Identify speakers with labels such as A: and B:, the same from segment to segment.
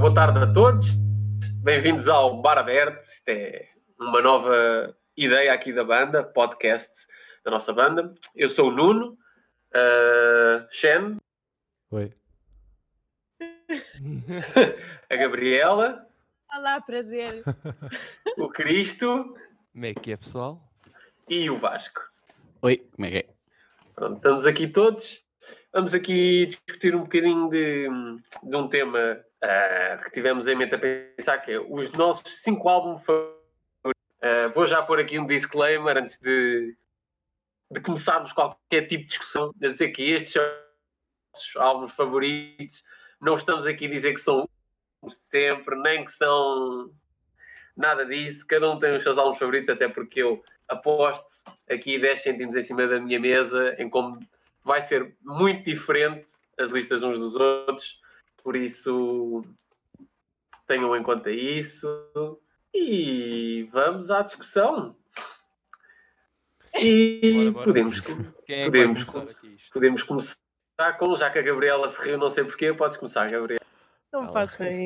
A: boa tarde a todos. Bem-vindos ao Bar Aberto. Isto é uma nova ideia aqui da banda, podcast da nossa banda. Eu sou o Nuno, uh, Shem,
B: Oi.
A: a Gabriela,
C: Olá, Tá prazer.
A: o Cristo
D: Como é que é, pessoal?
A: e o Vasco.
E: Oi, como é que é?
A: Pronto, estamos aqui todos. Vamos aqui discutir um bocadinho de, de um tema ah, que tivemos em mente a pensar, que é os nossos cinco álbuns favoritos. Ah, vou já pôr aqui um disclaimer antes de, de começarmos qualquer tipo de discussão, a dizer que estes são os nossos álbuns favoritos. Não estamos aqui a dizer que são os de sempre, nem que são nada disso. Cada um tem os seus álbuns favoritos, até porque eu aposto aqui 10 cêntimos em cima da minha mesa em como vai ser muito diferente as listas uns dos outros, por isso tenham em conta isso e vamos à discussão. E
D: Bora, bora.
A: podemos,
D: Quem é
A: Podemos.
D: que vai começar aqui isto?
A: podemos começar com, já que a Gabriela se riu, não sei porquê, podes começar, Gabriela.
C: Não é faço isso.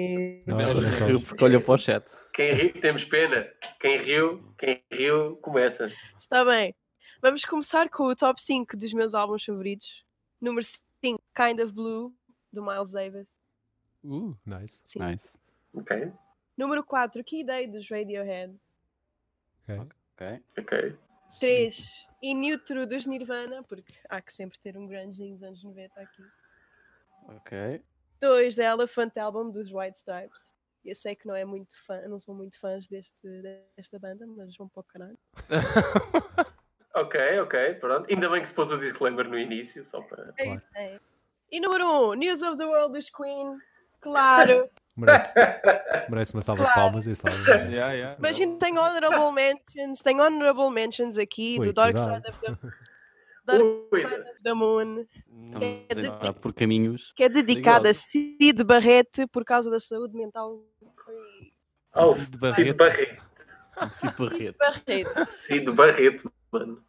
B: Não,
D: Primeiro
B: olha só.
E: Eu porque olhou para o chat.
A: Quem riu, temos pena. Quem riu, quem riu, começa.
C: Está bem. Vamos começar com o top 5 dos meus álbuns favoritos. Número 5, Kind of Blue, do Miles Davis.
D: Uh,
B: Nice.
C: Sim.
E: Nice.
A: Ok,
C: Número 4, Key Day, dos Radiohead.
B: Ok.
E: Ok.
A: ok.
C: 3, Inutro, dos Nirvana, porque há que sempre ter um grungezinho dos anos 90 aqui.
E: Ok.
C: 2, The Elephant Album, dos White Stripes. Eu sei que não é muito fã, não são muito fãs deste, desta banda, mas vão para o caralho.
A: Ok, ok, pronto. Ainda bem que se pôs o disclaimer no início, só para.
B: Claro.
C: É. E número 1, um, News of the World, dos Queen. Claro.
B: Merece, merece uma salva de
C: Claro.
B: palmas esse álbum. merece.
D: yeah, yeah.
C: Mas gente tem honorable mentions, tem honorable mentions aqui
B: Ui,
C: do Dark
B: cuidado.
C: Side of the,
A: Ui,
C: Side of the Moon,
D: Não,
E: Estamos a
C: Não.
E: Então entrar por caminhos.
C: que é dedicada a Cid Barrete por causa da saúde mental. Ui,
A: Oh,
E: Cid
A: Cid
E: Barreto.
A: Barreto.
E: Cid
C: Cid
E: Barreto.
C: Barrete.
A: Cid Barreto, mano.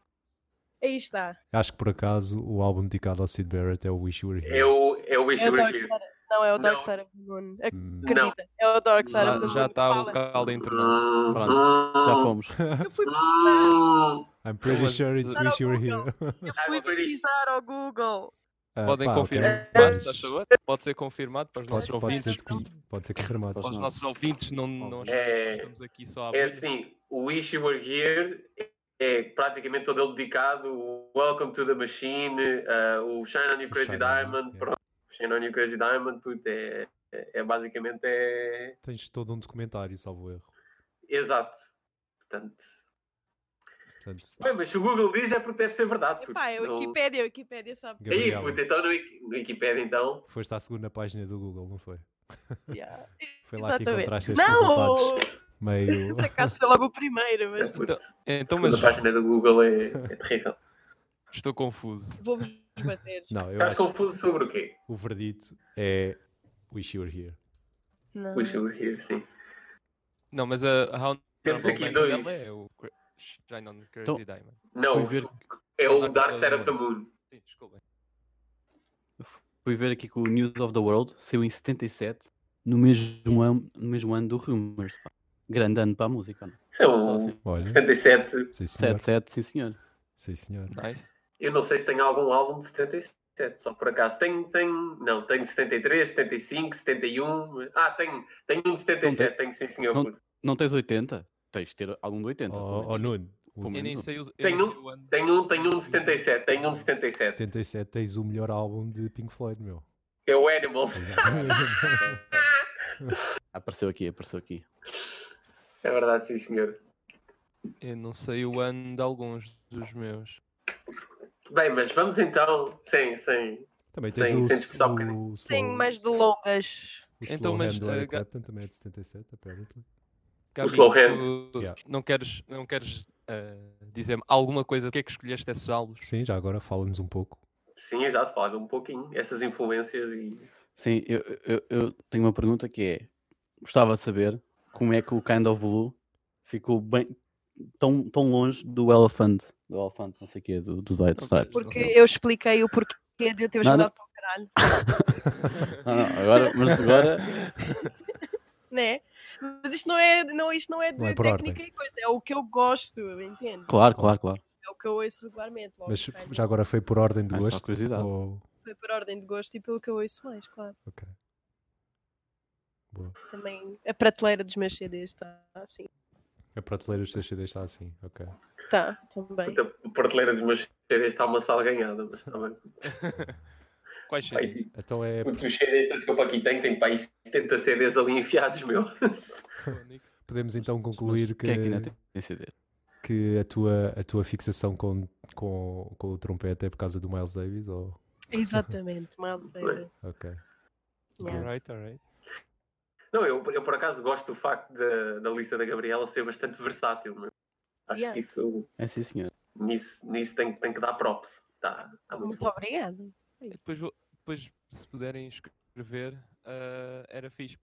C: Aí está.
B: Acho que por acaso o álbum dedicado ao Sid Barrett é o Wish You Were Here.
A: É o, é o Wish
C: É o
A: You Were
C: Dark
A: Here.
C: Side- Não, é o Dark
A: Não.
C: Side of the Moon.
B: Hum,
C: Acredita. É o Dark Side of the
D: Já-
C: Moon.
D: Já
B: tá
D: está o
C: Fala.
D: caldo internado.
A: Hum,
D: Pronto,
A: hum,
E: Já fomos.
C: Eu fui, pesquisar,
A: hum.
B: I'm pretty
D: Mas-
B: sure it's
C: Não,
B: Wish You Were
C: não.
B: Here.
C: eu fui
A: Ah, por isso.
C: pesquisar ao Google.
B: Ah,
D: Podem
B: pá, ok.
D: confirmar,
A: É.
B: Mas-
D: se faz favor. Pode ser confirmado para os nossos
B: Pode, pode,
D: ouvintes.
B: ser, de- pode ser confirmado.
D: Para os
E: Não.
D: nossos ouvintes, não, não
A: É-
D: estamos aqui só a
A: É
D: abrir.
A: assim, o Wish You Were Here é praticamente todo ele dedicado. O Welcome to the Machine, ah, o Shine on You Crazy
B: Shine On You,
A: Diamond,
B: yeah.
A: pronto. Shine on You Crazy Diamond, puto, é, é, é basicamente é.
B: Tens todo um documentário, salvo erro.
A: Exato. Portanto.
B: Portanto,
A: Bem, mas se o Google diz é porque deve ser verdade. puto,
C: Epá, é a
A: não-
C: Wikipédia, a Wikipédia sabe.
A: Aí,
B: Gabriela,
A: puto, então no Wiki- no Wikipedia, então.
B: foste à segunda página do Google, não foi?
C: Yeah.
B: Foi lá que encontraste estes
C: Não!
B: resultados meio...
C: Por acaso foi logo o primeiro, mas
A: é, Puto,
D: Então,
A: a
D: mas
A: segunda página do Google é, é terrível.
D: estou confuso.
C: vou-vos bater.
B: Não, eu
A: Estás
B: acho que
A: confuso sobre o quê?
B: o verdito é Wish You Were Here.
C: Não.
A: Wish You Were Here, sim.
D: Não, mas a, a Hound
A: Temos aqui
D: Honorable
A: dois.
D: Mention dela É o Cra- Shine on Crazy
E: Então-
D: Diamond.
A: Não,
E: Fui ver-
A: é o Dark Side of the Moon.
D: Sim, desculpem.
E: Fui ver aqui que o News of the World saiu em 77, no mesmo ano, no mesmo ano do Rumors. pá. Grande ano para a música. não?
A: Isso é
E: Só
A: um
E: assim.
B: Olha,
A: 77.
B: sim senhor.
E: 77, sim senhor.
B: Sim senhor.
D: Nice.
A: Eu não sei se tem algum álbum de 77, só por acaso. Tenho, tenho, não, tenho de 73, 75, 71. Ah, tenho, tenho um de 77, tenho sim, senhor.
E: não- Não tens 80? Tens de ter algum de 80. pelo
B: Ó oh,
E: menos.
B: Nuno, o
E: Pelo
D: Eu nem
E: menos.
D: sei o, eu
A: Tem
D: nem
A: um-
D: sei o ano.
A: Tenho um, tenho um de 77, tenho um de 77.
B: 77 tens o melhor álbum de Pink Floyd, meu.
A: É o Animals,
B: Exatamente.
E: Apareceu aqui, apareceu aqui.
A: é verdade, sim, senhor.
D: Eu não sei o ano de alguns dos meus.
A: Bem, mas vamos então, sem, sem.
B: também tens
A: Sim,
B: o,
A: sentes que sabe um
B: o, o Slow,
C: Tenho mais de longas.
B: o
D: Então,
B: Slow
D: mas,
B: Hand do Eric
D: eh, ga-
B: Clapton também é de 77, apparently.
D: Gabi,
A: slow hand.
D: tu
B: Yeah.
D: Não queres, não queres ah, dizer-me alguma coisa? Porquê é que escolheste esses álbuns?
B: Sim, já agora fala-nos um pouco.
A: Sim, exato, falava um pouquinho. Essas influências e.
E: Sim, eu, eu- eu tenho uma pergunta que é: gostava de saber como é que o Kind of Blue ficou bem tão, tão longe do Elephant, do Elephant, não sei o que, do, do White
D: Não,
E: Stripes.
C: Porque
D: Sim.
C: eu expliquei o porquê de eu ter
E: Não,
C: mandado para o caralho.
E: Ah, não, agora, mas agora
C: né? Mas isto não é, não, isto não é de
B: Não é por
C: técnica
B: ordem.
C: e coisa, é o que eu gosto, entende?
E: Claro, claro, claro.
C: É o que eu ouço regularmente. logo,
B: Mas
C: ok?
B: já agora foi por ordem de
E: É só
B: gosto?
E: curiosidade.
B: Ou...
C: Foi por ordem de gosto e pelo que eu ouço mais, claro.
B: Ok.
C: Também a prateleira dos meus CDs está assim.
B: A prateleira dos teus CDs está assim, ok.
C: Está, tá também.
A: Puta, A prateleira dos meus CDs está uma sal ganhada, mas está bem.
D: Quais
A: Pai,
D: CDs?
B: Então é.
A: Puto, Os CDs todos que eu para aqui tenho, tenho para aí 70 CDs ali enfiados, meu.
B: Podemos então
E: Mas
B: concluir que,
E: Quem é que ainda tem tem CD?
B: que a, tua, a tua fixação com, com, com o trompete é por causa do Miles Davis? Ou...
C: Exatamente, Miles Davis.
B: Ok.
C: Yeah.
D: Alright, alright.
A: Não, eu, eu por acaso gosto do facto da, da lista da Gabriela ser bastante versátil, meu. Acho
C: Yeah.
A: que isso,
E: É sim, senhor.
A: nisso, nisso tem, tem que dar props. Tá, tá muito
C: Muito
A: bom.
C: obrigada.
D: E Depois, vou- depois, se puderem escrever, ah, era fixe.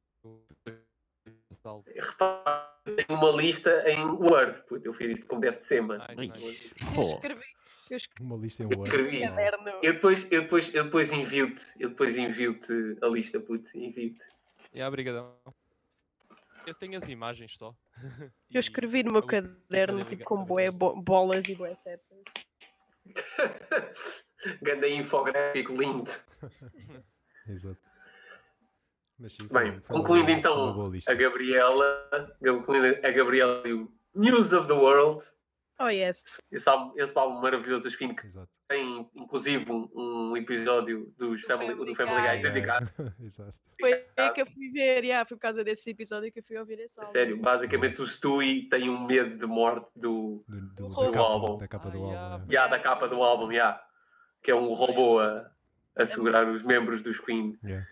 D: Salvo.
A: Repara, tenho uma lista em Word, puto, eu fiz isto como deve de ser, mano.
D: Ai,
E: Ai.
D: nice.
C: Eu
E: Pô,
C: escrevi, eu escrevi
B: Uma lista em
A: Eu
B: Word.
A: escrevi.
E: É
B: Uau.
C: caderno.
A: Eu depois, eu depois, eu depois envio-te, eu depois envio-te a lista, puto, envio-te.
D: Yeah, ah, brigadão. Eu tenho as imagens só.
C: Eu escrevi no meu
D: a última
C: caderno,
D: cadeira
C: tipo,
D: que
C: com
D: eu
C: boé,
D: tenho.
C: bo- bolas e boé setas.
A: Ganda infográfico lindo.
B: Exato. Mas sim, foi-
A: Bem,
B: foi uma
A: concluindo
B: boa- foi uma
A: então
B: boa lista.
A: a Gabriela, concluindo a Gabriela e o News of the World,
C: Oh yes.
A: esse álbum, esse álbum maravilhoso dos Pink, que
B: Exato.
A: tem inclusive um, um episódio dos family, do Family Guy
C: Family
A: dedicado.
B: Exato.
C: Foi aí que eu fui ver, yeah, foi por causa desse episódio que eu fui ouvir é esse álbum.
A: É Sério, basicamente o Stewie tem um medo de morte do,
B: Do, do-
C: Do
B: da, capa,
A: álbum.
B: da capa do álbum.
D: Ah, yeah.
B: é.
A: já da capa do álbum, já, que é um robô a, a segurar os membros dos Queen.
B: Yeah.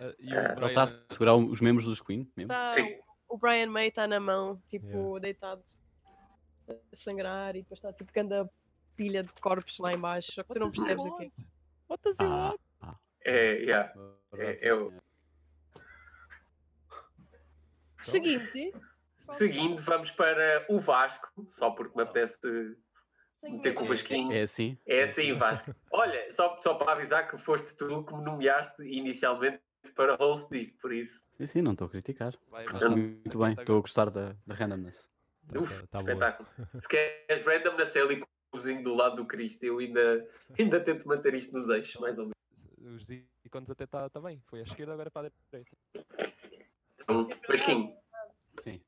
D: Ah, e o
E: Ele tá- está
D: Brian-
E: a segurar os membros dos Queen mesmo?
C: Tá-
A: Sim.
C: O Brian May está na mão, tipo,
B: Yeah.
C: deitado a sangrar e depois está tipo cada pilha de corpos lá em baixo, só que tu não percebes o que é.
D: What does he
E: Ah,
D: want?
A: É, yeah. É, é o-
C: Seguinte,
A: Seguindo, vamos para o Vasco, só porque me apetece meter com o Vasquinho.
E: é assim?
A: É assim, Vasco. Olha, só, só para avisar que foste tu que me nomeaste inicialmente para host disto, por isso.
E: Sim, sim, não estou a criticar.
A: É
D: Vai,
E: Acho
D: vai.
E: tá
D: Tá
E: muito bem, estou a gostar da, da randomness.
B: Tá-
A: Uf,
B: tá- tá boa.
A: espetáculo. Se queres random na cela e cozinho do lado do Cristo, eu ainda, ainda tento manter isto nos eixos, mais ou menos.
D: Os ícones até está tá bem. Foi à esquerda, agora para a direita.
A: Então, Vasquinho,
E: Sim.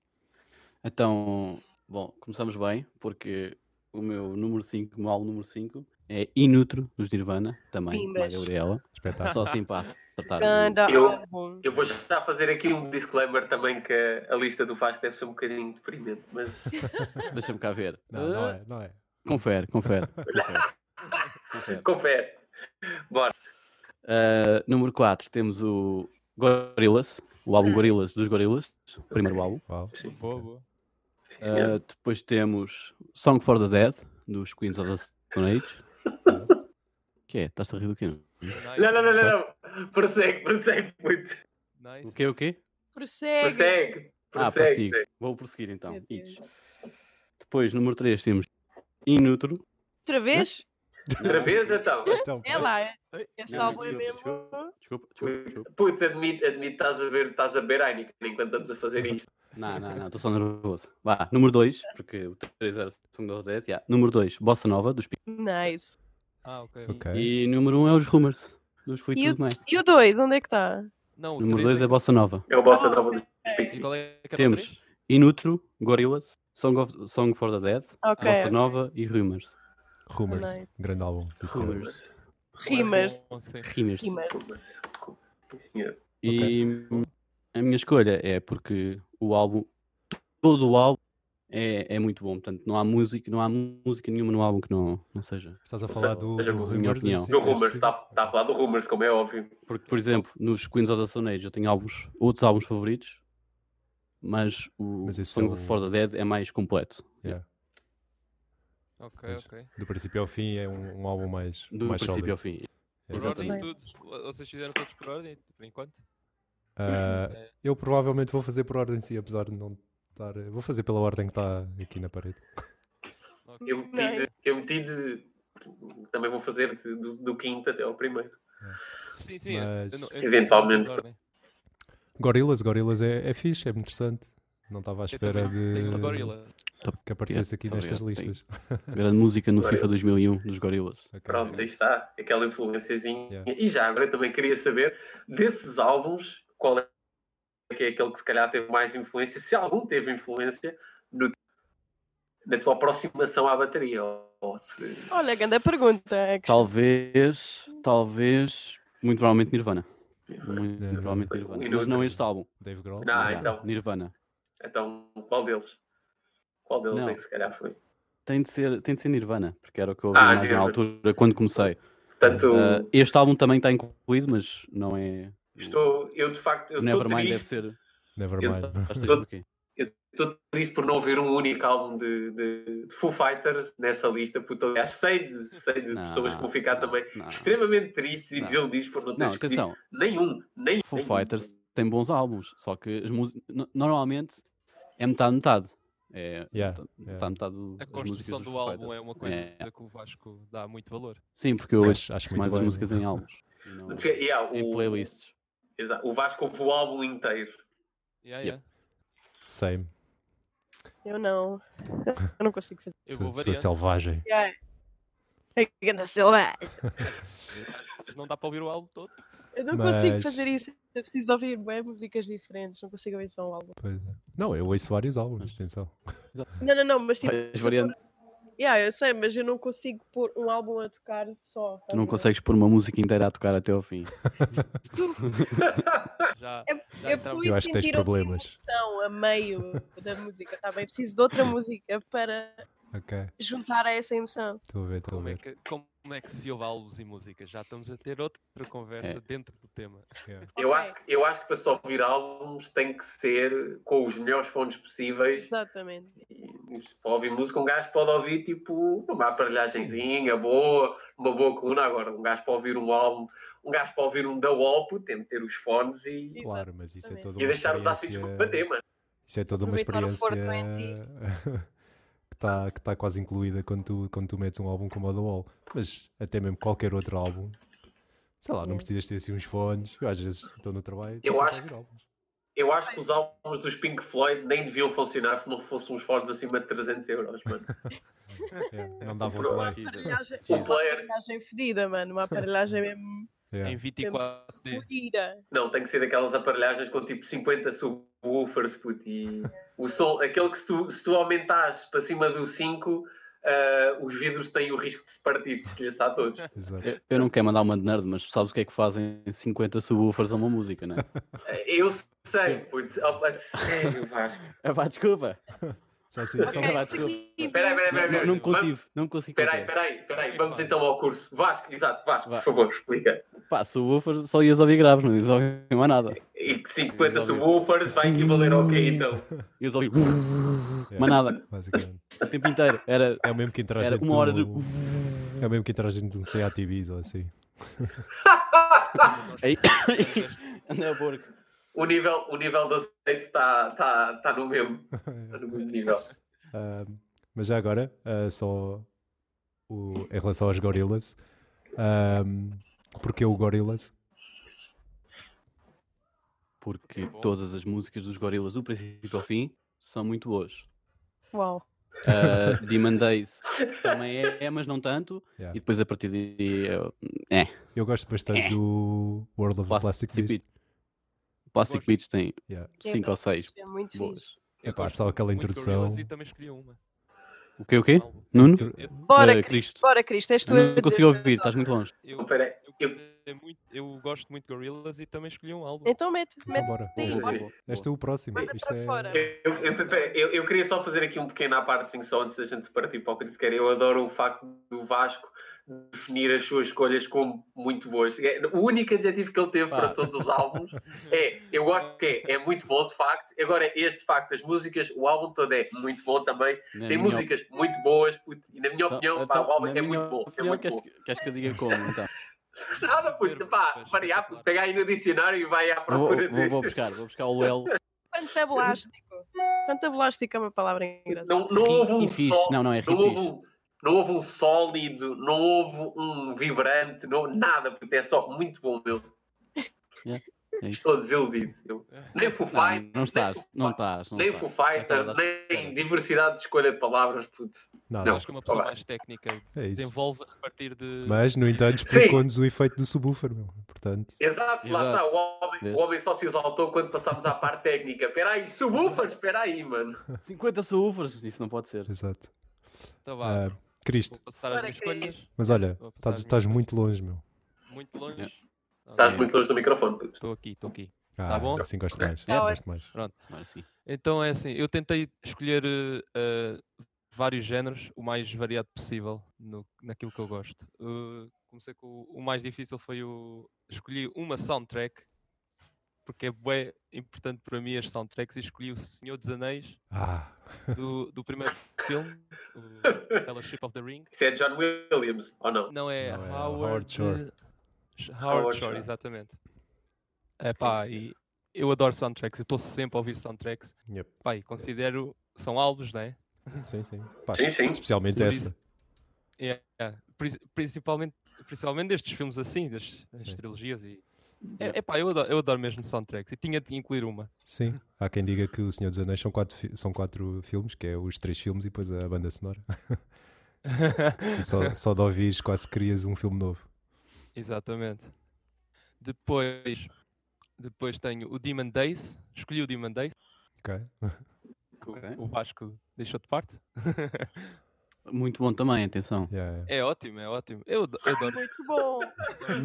E: Então, bom, começamos bem, porque o meu número 5, o meu álbum número 5, é Inutro, dos Nirvana, também, como a
C: Pimbas.
E: Gabriela.
B: Espetáculo.
E: Só assim passa. Tratar.
C: Ganda
A: Eu-
C: álbum.
A: eu vou já fazer aqui um disclaimer também que a lista do Vasco deve ser um bocadinho deprimente, mas
E: Deixa-me cá ver. Ah,
B: Não, não é, não é.
E: Confere, confere. confere. Confere.
A: confere.
E: Ah, número 4, temos o Gorillaz, o álbum Gorillaz dos Gorillaz, o primeiro álbum.
B: Uau.
A: Sim,
D: Boa, boa.
A: senhor.
E: Ah, depois temos Song for the Dead, dos Queens of the Stone Age. Que é? Estás a rir do quê?
D: Nice,
A: não, não, não, não, não. Prossegue, prossegue muito.
D: Nice.
E: O quê, o quê?
C: Prossegue.
A: Prossegue,
E: Ah,
A: prossegue.
E: prossigo. Vou prosseguir então.
C: Meu Deus.
E: Itch. Depois, número 3, temos Inutro.
C: Outra vez?
A: Outra vez então.
B: Então,
C: É lá, é.
D: Ei,
C: Esse
E: não,
C: álbum é
E: desculpa,
C: mesmo.
E: desculpa. Desculpa, desculpa, desculpa.
A: Puta, admito, admito, estás a ver, estás a ver Heineken enquanto estamos a fazer isto.
E: Não, não, não, estou só nervoso. Vá, número 2, porque o 3 era Song for the Dead. yeah. Número 2, Bossa Nova, dos Pink.
C: Nice.
D: Ah, ok.
B: Ok.
E: E número 1 um é os Rumors, dos Fui
C: E o-
E: Tudo Bem.
C: E o 2, onde é que está?
D: Não, o
E: Número
D: três
E: 2 é Bossa Nova.
A: É o Bossa
C: Ah,
A: Nova dos
D: E
A: Pixies.
D: qual é que era o
E: Temos.
D: três?
E: Inutro, Gorillaz, Song, of- Song for the Dead,
C: Ah, Ok.
E: Bossa Nova e Rumors.
B: Rumors.
E: é.
C: Nice.
B: Grande álbum. sim, senhor.
C: Rimas.
D: Não sei.
E: Rumors.
C: Rimas.
A: Sim, senhor.
E: E hum, a minha escolha é porque o álbum, todo o álbum é, é muito bom. Portanto, não há música, não há música nenhuma no álbum que não, não seja.
B: Estás a falar do,
A: seja,
B: do
A: minha
B: Rumors?
E: opinião.
B: em si,
A: Do
B: em
A: Rumors, tá, está
B: específico?
A: está a falar do Rumors, como é óbvio.
E: Porque, por exemplo, nos Queens of the Stone Age eu tenho álbuns, outros álbuns favoritos, mas o
B: Mas esse é
E: Songs
B: o-
E: for the Dead é mais completo.
B: Yeah.
D: Ok,
B: Pois.
D: ok.
B: Do princípio ao fim é um, um álbum mais,
E: Do
B: mais
E: princípio
B: sólido.
E: ao fim.
D: Por
E: Exatamente.
D: ordem tudo. Vocês fizeram todos por ordem, por enquanto? É,
B: Ah, eu provavelmente vou fazer por ordem sim, apesar de não estar. eh, Vou fazer pela ordem que está aqui na parede.
D: Ok.
A: Eu meti de. Eu meti de também vou fazer de- do, do quinto até ao primeiro.
D: Sim, sim.
B: Mas-
D: eu não- eu não-
A: Eventualmente.
D: por ordem.
B: Gorilas, Gorilas é, é fixe, é muito interessante. Não estava à
D: Eu
B: espera
D: também
B: de
D: tenho gorila.
B: que aparecesse aqui
E: Tá
B: nestas
E: ligado, tem.
B: listas.
E: Grande música no FIFA 2001 dos Gorillaz.
B: Ok.
A: Pronto, aí está, aquela influenciazinha.
B: Yeah.
A: E já agora eu também queria saber desses álbuns, qual é que é aquele que se calhar teve mais influência, se algum teve influência no- na tua aproximação à bateria. Ou, ou se-
C: Olha, grande pergunta. É que
E: Talvez, talvez, muito provavelmente Nirvana.
B: É,
E: Muito
B: Não, não.
E: provavelmente Nirvana. Mas não este álbum.
B: Dave Grohl.
A: Não,
E: Já,
A: então.
E: Nirvana.
A: Então, qual deles? Qual deles
E: Não.
A: é que se calhar foi?
E: Tem de, ser, tem de ser Nirvana, porque era o que eu ouvi
A: Ah,
E: mais na
A: Nirvana.
E: altura, quando comecei.
A: Portanto,
E: Ah, este álbum também está incluído, mas não é.
A: estou, eu de facto eu
E: O
A: estou
E: Nevermind deve
A: triste,
E: ser.
B: Nevermind.
E: Estás
A: Todo-
E: porquê?
A: estou triste por não ver um único álbum de, de- de Foo Fighters nessa lista, porque aliás sei de, sei de
E: Não,
A: pessoas que vão ficar também
E: não.
A: extremamente tristes e
E: Não.
A: desiludidos por não ter
E: Não,
A: escolhido
E: atenção,
A: nenhum, nem
E: Foo
A: nenhum.
E: Fighters tem bons álbuns, só que as mús- no- normalmente é metade-metade. É
B: Yeah,
E: metade-
B: yeah.
E: metade-metade do-
D: A
E: das músicas
D: construção
E: dos
D: do
E: Foo
D: álbum é
E: Fighters.
D: uma coisa
E: É.
D: que o Vasco dá muito valor.
E: Sim, porque eu
B: Acho-
E: ouço
B: acho muito
E: mais as
B: bem.
E: músicas em álbuns. e não
A: Yeah,
E: Em
A: o,
E: playlists.
A: exato, o Vasco ouve o álbum inteiro.
E: Yep.
D: Yeah, yeah.
B: Same.
C: Eu não. Eu não consigo fazer.
D: Eu
B: Sua,
D: vou
B: sua
D: variando,
B: selvagem.
C: Yeah. É grande selvagem.
D: mas não dá para ouvir o álbum todo.
C: Eu não consigo
B: Mas-
C: fazer isso. Eu preciso ouvir bem músicas diferentes. Não consigo ouvir só um álbum.
B: Pois é. Não, eu ouço vários álbuns, atenção.
C: Não, não, não. Mas tipo,
E: Vais variando.
C: yeah, eu sei, mas eu não consigo pôr um álbum a tocar só.
E: Tu não consegues pôr uma música inteira a tocar até ao fim.
D: Já,
C: É-
D: já
C: Eu,
D: entramos-
C: fui
B: Eu acho que tens
C: sentir outra
B: problemas.
C: emoção Então, a meio da música, tá bem? Preciso de outra música para
B: Ok,
C: juntar a essa emoção.
B: estou a ver, estou a
D: Como é,
B: ver.
D: que, como é que se ouve álbuns e música? Já estamos a ter outra conversa
E: É.
D: dentro do tema.
A: Eu,
C: Ok,
A: acho, que- eu acho que para só ouvir álbuns tem que ser com os melhores fones possíveis.
C: Exatamente.
A: E Para ouvir música, um gajo pode ouvir tipo uma aparelhagemzinha boa, uma boa coluna. Agora, um gajo para ouvir um álbum, um gajo para ouvir um da Walpo, tem de ter os fones e,
B: Claro, mas isso é
C: Exatamente.
B: toda
A: e
B: uma
A: deixar os ácidos
B: experiência-
A: bater, mano.
B: Isso é toda uma
C: Aproveitar o
B: experiência
C: Porto
B: que está que tá quase incluída quando tu, quando tu metes um álbum como o The Wall. Mas até mesmo qualquer outro álbum. Sei lá, não
C: Yeah.
B: precisas ter assim uns fones. Eu às vezes estou no trabalho. e
A: Eu
B: estou sempre a
A: acho
B: ouvir
A: que-
B: álbuns.
A: Eu acho que os álbuns dos Pink Floyd nem deviam funcionar se não fossem uns fones acima de 300 euros, mano.
B: É, não dava o
A: Pronto.
B: play.
C: Aparelhagem-
A: Jesus.
C: Uma aparelhagem fedida, mano. Uma aparelhagem mesmo
D: Em
B: Yeah.
D: 24D.
C: fodida.
A: Não, tem que ser daquelas aparelhagens com tipo 50 subwoofers, puto, e o som, aquele que se tu, se tu aumentares para cima do 5, ah, os vidros têm o risco de se partir, de se a todos.
B: Exato.
E: Eu, eu não quero mandar uma de nerd, mas sabes o que é que fazem 50 subwoofers a uma música, não é?
A: Ah, Eu sei, puto, opa, sério, Vasco.
E: É vá, desculpa.
B: Só assim, só-
E: Ok.
C: É,
E: vai, desculpa.
A: Espera aí, espera
C: significa-
A: aí,
E: Não,
A: espera
E: não,
A: aí.
E: não me
A: Vamos-
E: contive, não me consigo
A: Espera aí,
E: conter.
A: espera aí, espera aí. Vamos então ao curso. Vasco, exato, Vasco,
E: Vá.
A: por favor, explica.
E: Pá, subwoofers só ias ouvir graves, não ias ouvir mais nada.
A: E que 50
E: Resolvido.
A: subwoofers vai equivaler ao quê então?
E: Ias ouvir
B: Yeah.
E: mais nada,
B: é, Basicamente.
E: o tempo inteiro. Era,
B: É o mesmo que interage
E: era
B: dentro
E: uma hora de.
B: do... É o mesmo que interage dentro de um CAT Ibiza ou assim.
E: Aí, anda a porco.
A: O nível, o nível do azeite está tá, tá no mesmo tá no mesmo nível.
B: Ah, mas já agora, ah, só o- em relação aos gorilas, um, porque o gorilas?
E: Porque todas as músicas dos Gorilas, do princípio ao fim, são muito boas.
C: Uau.
E: Uh, Demon Days também é, é, mas não tanto.
B: Yeah.
E: E depois a partir é de.
B: Eu gosto
C: É.
B: bastante do World of the Plastic
E: Plastic
B: Beast.
E: Beach. Plastic
D: Gosto.
E: Beach tem
B: Yeah.
E: 5 ou 6
C: É muito fixe.
E: boas.
D: Eu
B: Epá,
D: gosto
B: só aquela
D: muito de
B: introdução.
D: Gorillaz E também escolhi uma.
E: O que o quê?
D: Álbum.
E: Nuno?
B: Eu-
D: Eu-
C: Bora,
E: Eh,
C: Cris-
E: Cristo.
C: Bora, Cristo. És tu a
E: Não
C: dizer-
E: consigo ouvir, estás muito longe.
D: Eu,
A: Então, Espera aí.
D: eu, gostei muito- eu gosto muito de Gorillaz e também escolhi um álbum.
C: Então mete,
B: Então
C: mete.
B: bora.
C: Sim.
B: Este,
A: Boa,
B: este é o próximo.
C: Manda
B: Isto
C: para
B: é...
C: fora.
A: Eu, eu, pera, eu- eu queria só fazer aqui um pequeno à parte, assim, só antes da gente partir para o que quer. Eu adoro o facto do Vasco definir as suas escolhas como muito boas. É, o único adjetivo que ele teve
E: Pá.
A: para todos os álbuns é: eu gosto que é, é muito bom, de facto. Agora, este de facto, as músicas, o álbum todo é muito bom também.
E: Na
A: Tem
E: minha
A: músicas muito boas, puto, e na minha
E: Então-
A: opinião, pá,
E: então,
A: o álbum
E: na
A: é
E: minha
A: muito bom. É
E: opinião,
A: muito
E: queres,
A: bom.
E: que- queres que eu diga como? Então,
A: Nada, puto, pá, variar, puto, pega aí no dicionário e vai à
E: vou,
A: procura
E: vou-
A: de.
E: vou buscar, vou buscar o L.
C: Fantabulástico. Fantabulástico é uma palavra engraçada.
A: Não, não houve um
E: e fixe.
A: só.
E: Não, não, é
A: não houve,
E: refixe.
A: um, não houve um sólido, não houve um vibrante, não, nada, porque é só muito bom mesmo.
E: É isto.
A: Estou desiludido. Eu- nem Foo
E: Não,
A: Fighters,
E: não estás, não estás. Não
A: nem
E: estás.
A: Foo
E: Já
A: Fighters,
E: estavas à
A: nem
E: espera.
A: diversidade de escolha de palavras, puto.
B: Nada.
A: Não.
D: Acho que uma pessoa
A: Olá.
D: mais técnica
B: É isso.
D: desenvolve a partir de.
B: Mas, no entanto,
A: Sim.
B: explicou-nos o efeito do subwoofer, meu. Portanto,
A: Exato, lá
E: Exato.
A: está, o homem,
E: Vês?
A: o homem só se exaltou quando passámos à parte técnica. Espera aí, subwoofers, espera aí, mano.
E: 50 subwoofers, isso não pode ser.
D: É.
B: exato.
D: Tá vá,
B: Ah, Cristo,
D: vou passar as
C: Ora,
D: minhas escolhas.
B: mas olha,
D: Vou passar
B: estás,
D: as minhas
B: estás
D: coisas.
B: muito longe, meu.
D: Muito longe.
E: Yeah.
A: Estás
E: É.
A: muito longe do microfone, puto.
D: Estou aqui, estou aqui.
B: Ah,
D: Tá bom?
B: assim gosto mais.
C: Tá
B: gosto mais.
E: Mas sim.
D: Então é assim, eu tentei escolher eh, eh, vários géneros, o mais variado possível no, naquilo que eu gosto. Eh, comecei com o, o mais difícil foi o escolhi uma soundtrack porque é bué importante para mim as soundtracks e escolhi o Senhor dos Anéis
B: Ah,
D: do, do primeiro filme, o Fellowship of the Ring.
A: Isso é John Williams, ou não?
D: Não é,
B: Não, é o
D: Howard,
B: Howard Shore.
D: Sh-
A: Howard
D: Howard
A: Shore.
D: Shore, exatamente. É pá, e eu adoro soundtracks, eu estou sempre a ouvir soundtracks.
B: yep.
D: Pá, e considero. São álbuns, né?
B: sim, sim. Pá,
A: Sim, sim.
B: Especialmente
D: Por
B: essa.
D: isso- é? é. Pris- Principalmente, principalmente destes filmes assim, das, das
B: Sim.
D: trilogias. E... É, epá, eu adoro, eu adoro mesmo soundtracks. E tinha de incluir uma.
B: Sim. Há quem diga que O Senhor dos Anéis são quatro, fi- são quatro filmes, que é os três filmes e depois a banda sonora. Tu só, só de ouvires quase crias um filme novo.
D: Exatamente. Depois, depois tenho o Demon Days. Escolhi o Demon Days,
B: Ok?
D: que o-
E: Ok.
D: o Vasco deixou de parte.
E: Muito bom também, atenção.
B: Yeah, yeah.
D: É ótimo, é ótimo. Eu, ado- eu adoro.
C: Muito bom.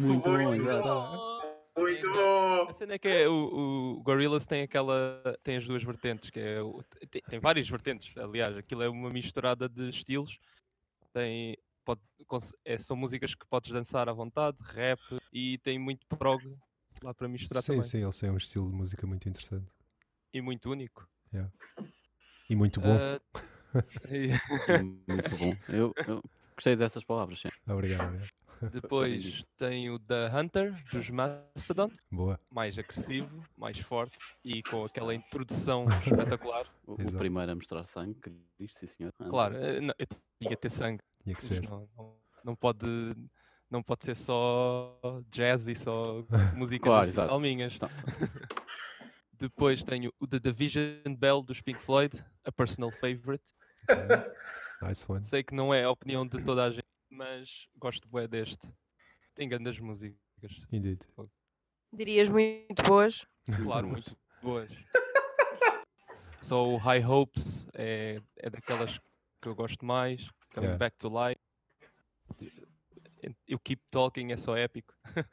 E: Muito
A: bom,
E: bom,
A: muito
E: exato.
C: bom.
A: Muito bom!
D: A cena é que é o, o Gorillaz tem aquela. tem as duas vertentes, que é. o- tem, tem várias vertentes, aliás, aquilo é uma misturada de estilos. Tem. pode- cons- é, são músicas que podes dançar à vontade, rap e tem muito prog lá para misturar
B: Sim,
D: também.
B: sim, eles têm um estilo de música muito interessante.
D: E muito único.
B: E muito bom.
D: Ah, e
E: Muito bom. Eu, eu gostei dessas palavras, sim.
D: Ah.
B: Obrigado, obrigado.
D: depois tem o The Hunter dos Mastodon,
B: Boa.
D: mais agressivo, mais forte e com aquela introdução espetacular.
E: O, o
B: Exato.
E: primeiro a mostrar sangue, Cristo, sim senhor. Ah,
D: Claro, eh, não, eu tinha que ter sangue.
B: Tinha que
D: Mas
B: ser.
D: Não, não, não pode, não pode ser só jazz e só músicas
E: Claro,
D: assim
E: exato.
D: calminhas.
E: Tá.
D: Depois tenho o The Division Bell dos Pink Floyd, a personal favorite.
B: Ok. Nice one.
D: Sei que não é a opinião de toda a gente, mas gosto bem deste. Tem grandes músicas,
B: Indeed.
C: Dirias muito boas.
D: claro, muito boas. Só o High Hopes é, é daquelas que eu gosto mais. Coming
B: Yeah.
D: Back to Life. E o Keep Talking é só épico.
A: Keep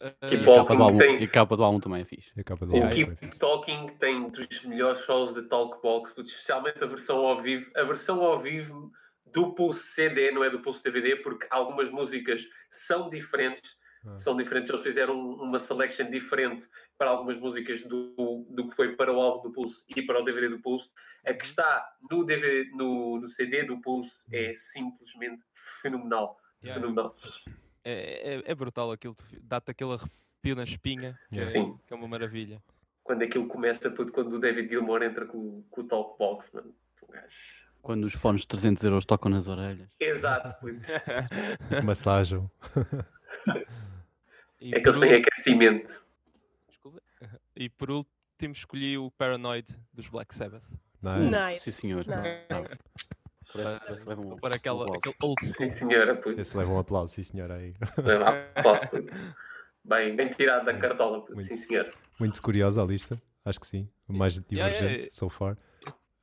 D: Eh,
E: E a capa do
A: Walking
E: álbum,
A: tem-
E: e a capa do álbum também é fixe.
B: E acaba de
A: O
B: lá.
A: Keep Talking tem um dos melhores shows de Talkbox, especialmente a versão ao vivo. A versão ao vivo do Pulse CD, não é do Pulse DVD, porque algumas músicas são diferentes.
B: Ah.
A: São diferentes, eles fizeram um, uma selection diferente para algumas músicas do, do que foi para o álbum do Pulse e para o DVD do Pulse. A que está no, DVD, no, no CD do Pulse é simplesmente fenomenal.
D: Yeah.
A: Fenomenal.
D: É, é- é brutal aquilo, tu fi- dá-te aquele arrepio na espinha, que,
B: Yeah.
D: é,
A: Sim.
D: que é uma maravilha.
A: Quando aquilo começa, puto, quando o David Gilmour entra com, com o Talkbox, mano. Um gajo.
E: Quando os fones de 300 euros tocam nas orelhas.
A: Exato, pois.
B: Massagem.
D: E
A: É que
D: por
A: eles têm
D: ul-
A: aquecimento.
D: desculpa. E por último escolhi o Paranoid dos Black Sabbath,
B: Nice.
C: Nice.
E: Sim senhor.
C: Nice.
E: Bravo. Parece- parece- leva um-
D: para aquela,
E: um aplauso.
D: aquele old
A: Sim,
D: school.
A: senhora, puto.
B: Esse leva um aplauso, sim senhora aí.
A: Leva a pau, puto. Bem, bem tirado da
B: Muito,
A: cartola, puto.
B: muito.
A: Sim, senhora.
B: Muito curiosa a lista, acho que sim. O mais
D: yeah,
B: divergente
D: é-
B: so far.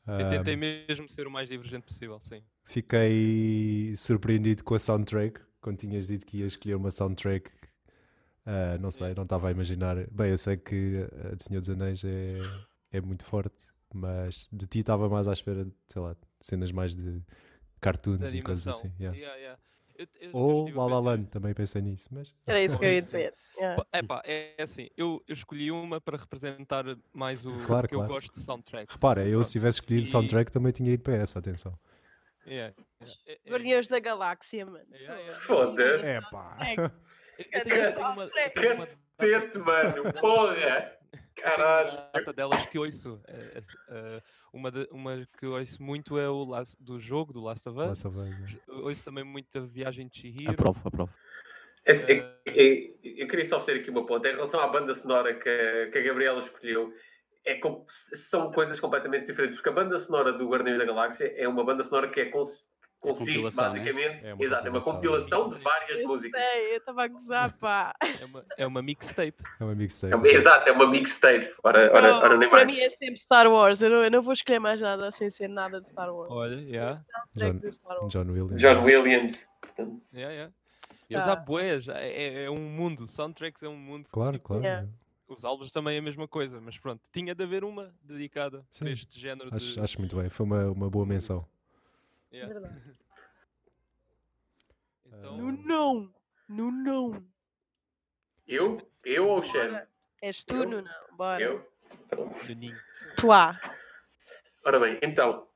D: Eu
B: Ah,
D: tentei mesmo ser o mais divergente possível, sim.
B: Fiquei surpreendido com a soundtrack, quando tinhas dito que ia escolher uma soundtrack. ah, não sei, não estava a imaginar. Bem, eu sei que a de Senhor dos Anéis é, é muito forte, mas de ti estava mais à espera de, sei lá, cenas mais de cartoons e coisas assim. yeah.
D: Yeah, yeah. Eu- eu- eu
B: Ou
D: estive a
B: La La
D: pensar-
B: Land, também pensei nisso, mas
C: Era isso que eu ia
D: Sim.
C: dizer. Yeah.
D: Pa- epá, é assim, eu, eu escolhi uma para representar mais o
B: Claro,
D: que
B: claro.
D: eu gosto de soundtracks.
B: repara, eu
D: Pronto,
B: se tivesse escolhido
D: E-
B: soundtrack também tinha ido para essa, atenção.
D: yeah, yeah, é- é-
C: Guardiões da Galáxia, mano.
A: É,
D: Yeah, yeah.
A: Foda-se.
B: É pá.
D: Eu- eu tenho- eu tenho uma- eu tenho uma
A: Cacete, mano. Porra. Caralho.
D: data delas que ouço. é- é- é, uma, de- uma que eu ouço muito é o Last- do jogo do Last of Us.
B: Last of Us, Ah, yeah.
D: Eu Ouço também muito a Viagem de Chihiro.
E: Aprovo, aprovo.
A: É assim, é- é- eu queria só fazer aqui uma ponta. Em relação à banda sonora que, a- que a Gabriela escolheu, é com- são coisas completamente diferentes. Porque a banda sonora do Guardiões da Galáxia é uma banda sonora que é cons- consiste
E: compilação, né?
A: basicamente.
B: É uma
A: exato, é uma
B: compilação.
A: compilação de várias
C: Eu
A: músicas.
C: sei, eu estava a gozar, pá.
D: É uma, é uma mixtape.
B: É um amigo
A: É uma- exato, é uma mixtape. Ora, ora,
C: Não,
A: ora nem
C: para
A: mais.
C: mim é sempre Star Wars. Eu não, eu não vou escolher mais nada sem ser nada de Star Wars.
D: Olha, yeah,
C: Track de Star Wars.
B: John Williams.
A: John Williams.
D: yeah, yeah.
E: Yeah.
D: Mas há boés, é, é um mundo. Soundtracks é um mundo.
B: Claro,
D: Tipo,
B: claro.
C: Yeah.
D: Os álbuns também é a mesma coisa, mas pronto, tinha de haver uma dedicada
B: Sim.
D: para este género de.
B: Acho, acho muito bem. Foi uma, uma boa menção.
D: Yeah.
C: É Verdade.
D: Então,
C: No não! No não!
A: Eu? Eu ou o Shen?
C: Bora. És tu,
A: Eu?
C: Nuno? Bora.
A: Eu?
D: Nuninho.
C: Tu há.
A: Ora bem, então,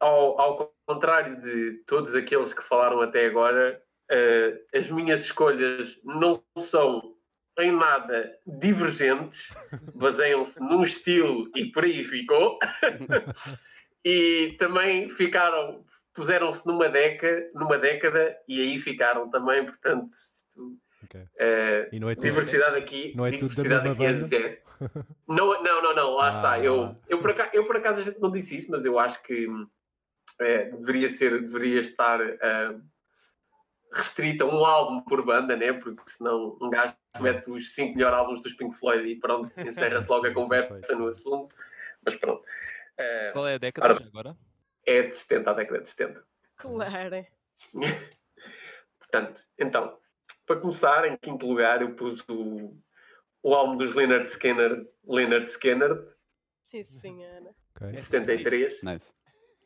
A: ao, ao contrário de todos aqueles que falaram até agora, eh, as minhas escolhas não são em nada divergentes, baseiam-se num estilo e por aí ficou, e também ficaram, puseram-se numa década, numa década e aí ficaram também, portanto, isto,
B: Ok.
A: eh,
B: E não é tudo.
A: Diversidade aqui,
B: Não é tudo da
A: diversidade
B: mesma
A: aqui a
B: banda?
A: dizer. Não, não, não, não, lá
B: Ah,
A: está.
B: lá.
A: Eu, eu, por acaso, eu por acaso a gente não disse isso, mas eu acho que hum, é, deveria ser, deveria estar ah, restrita a um álbum por banda, né? porque senão um gajo
B: Ah.
A: mete os cinco melhores álbuns dos Pink Floyd e pronto, encerra-se logo a conversa no assunto. Mas pronto. Ah,
D: Qual é a década
A: Ora-
D: já agora?
A: é de 70, a década de 70.
C: Claro.
A: Portanto, então, para começar, em quinto lugar, eu pus o, o álbum dos Leonard Skinner, Leonard Skinner,
C: Sim, senhora.
B: Ok.
A: de 73.
E: Nice.
B: é?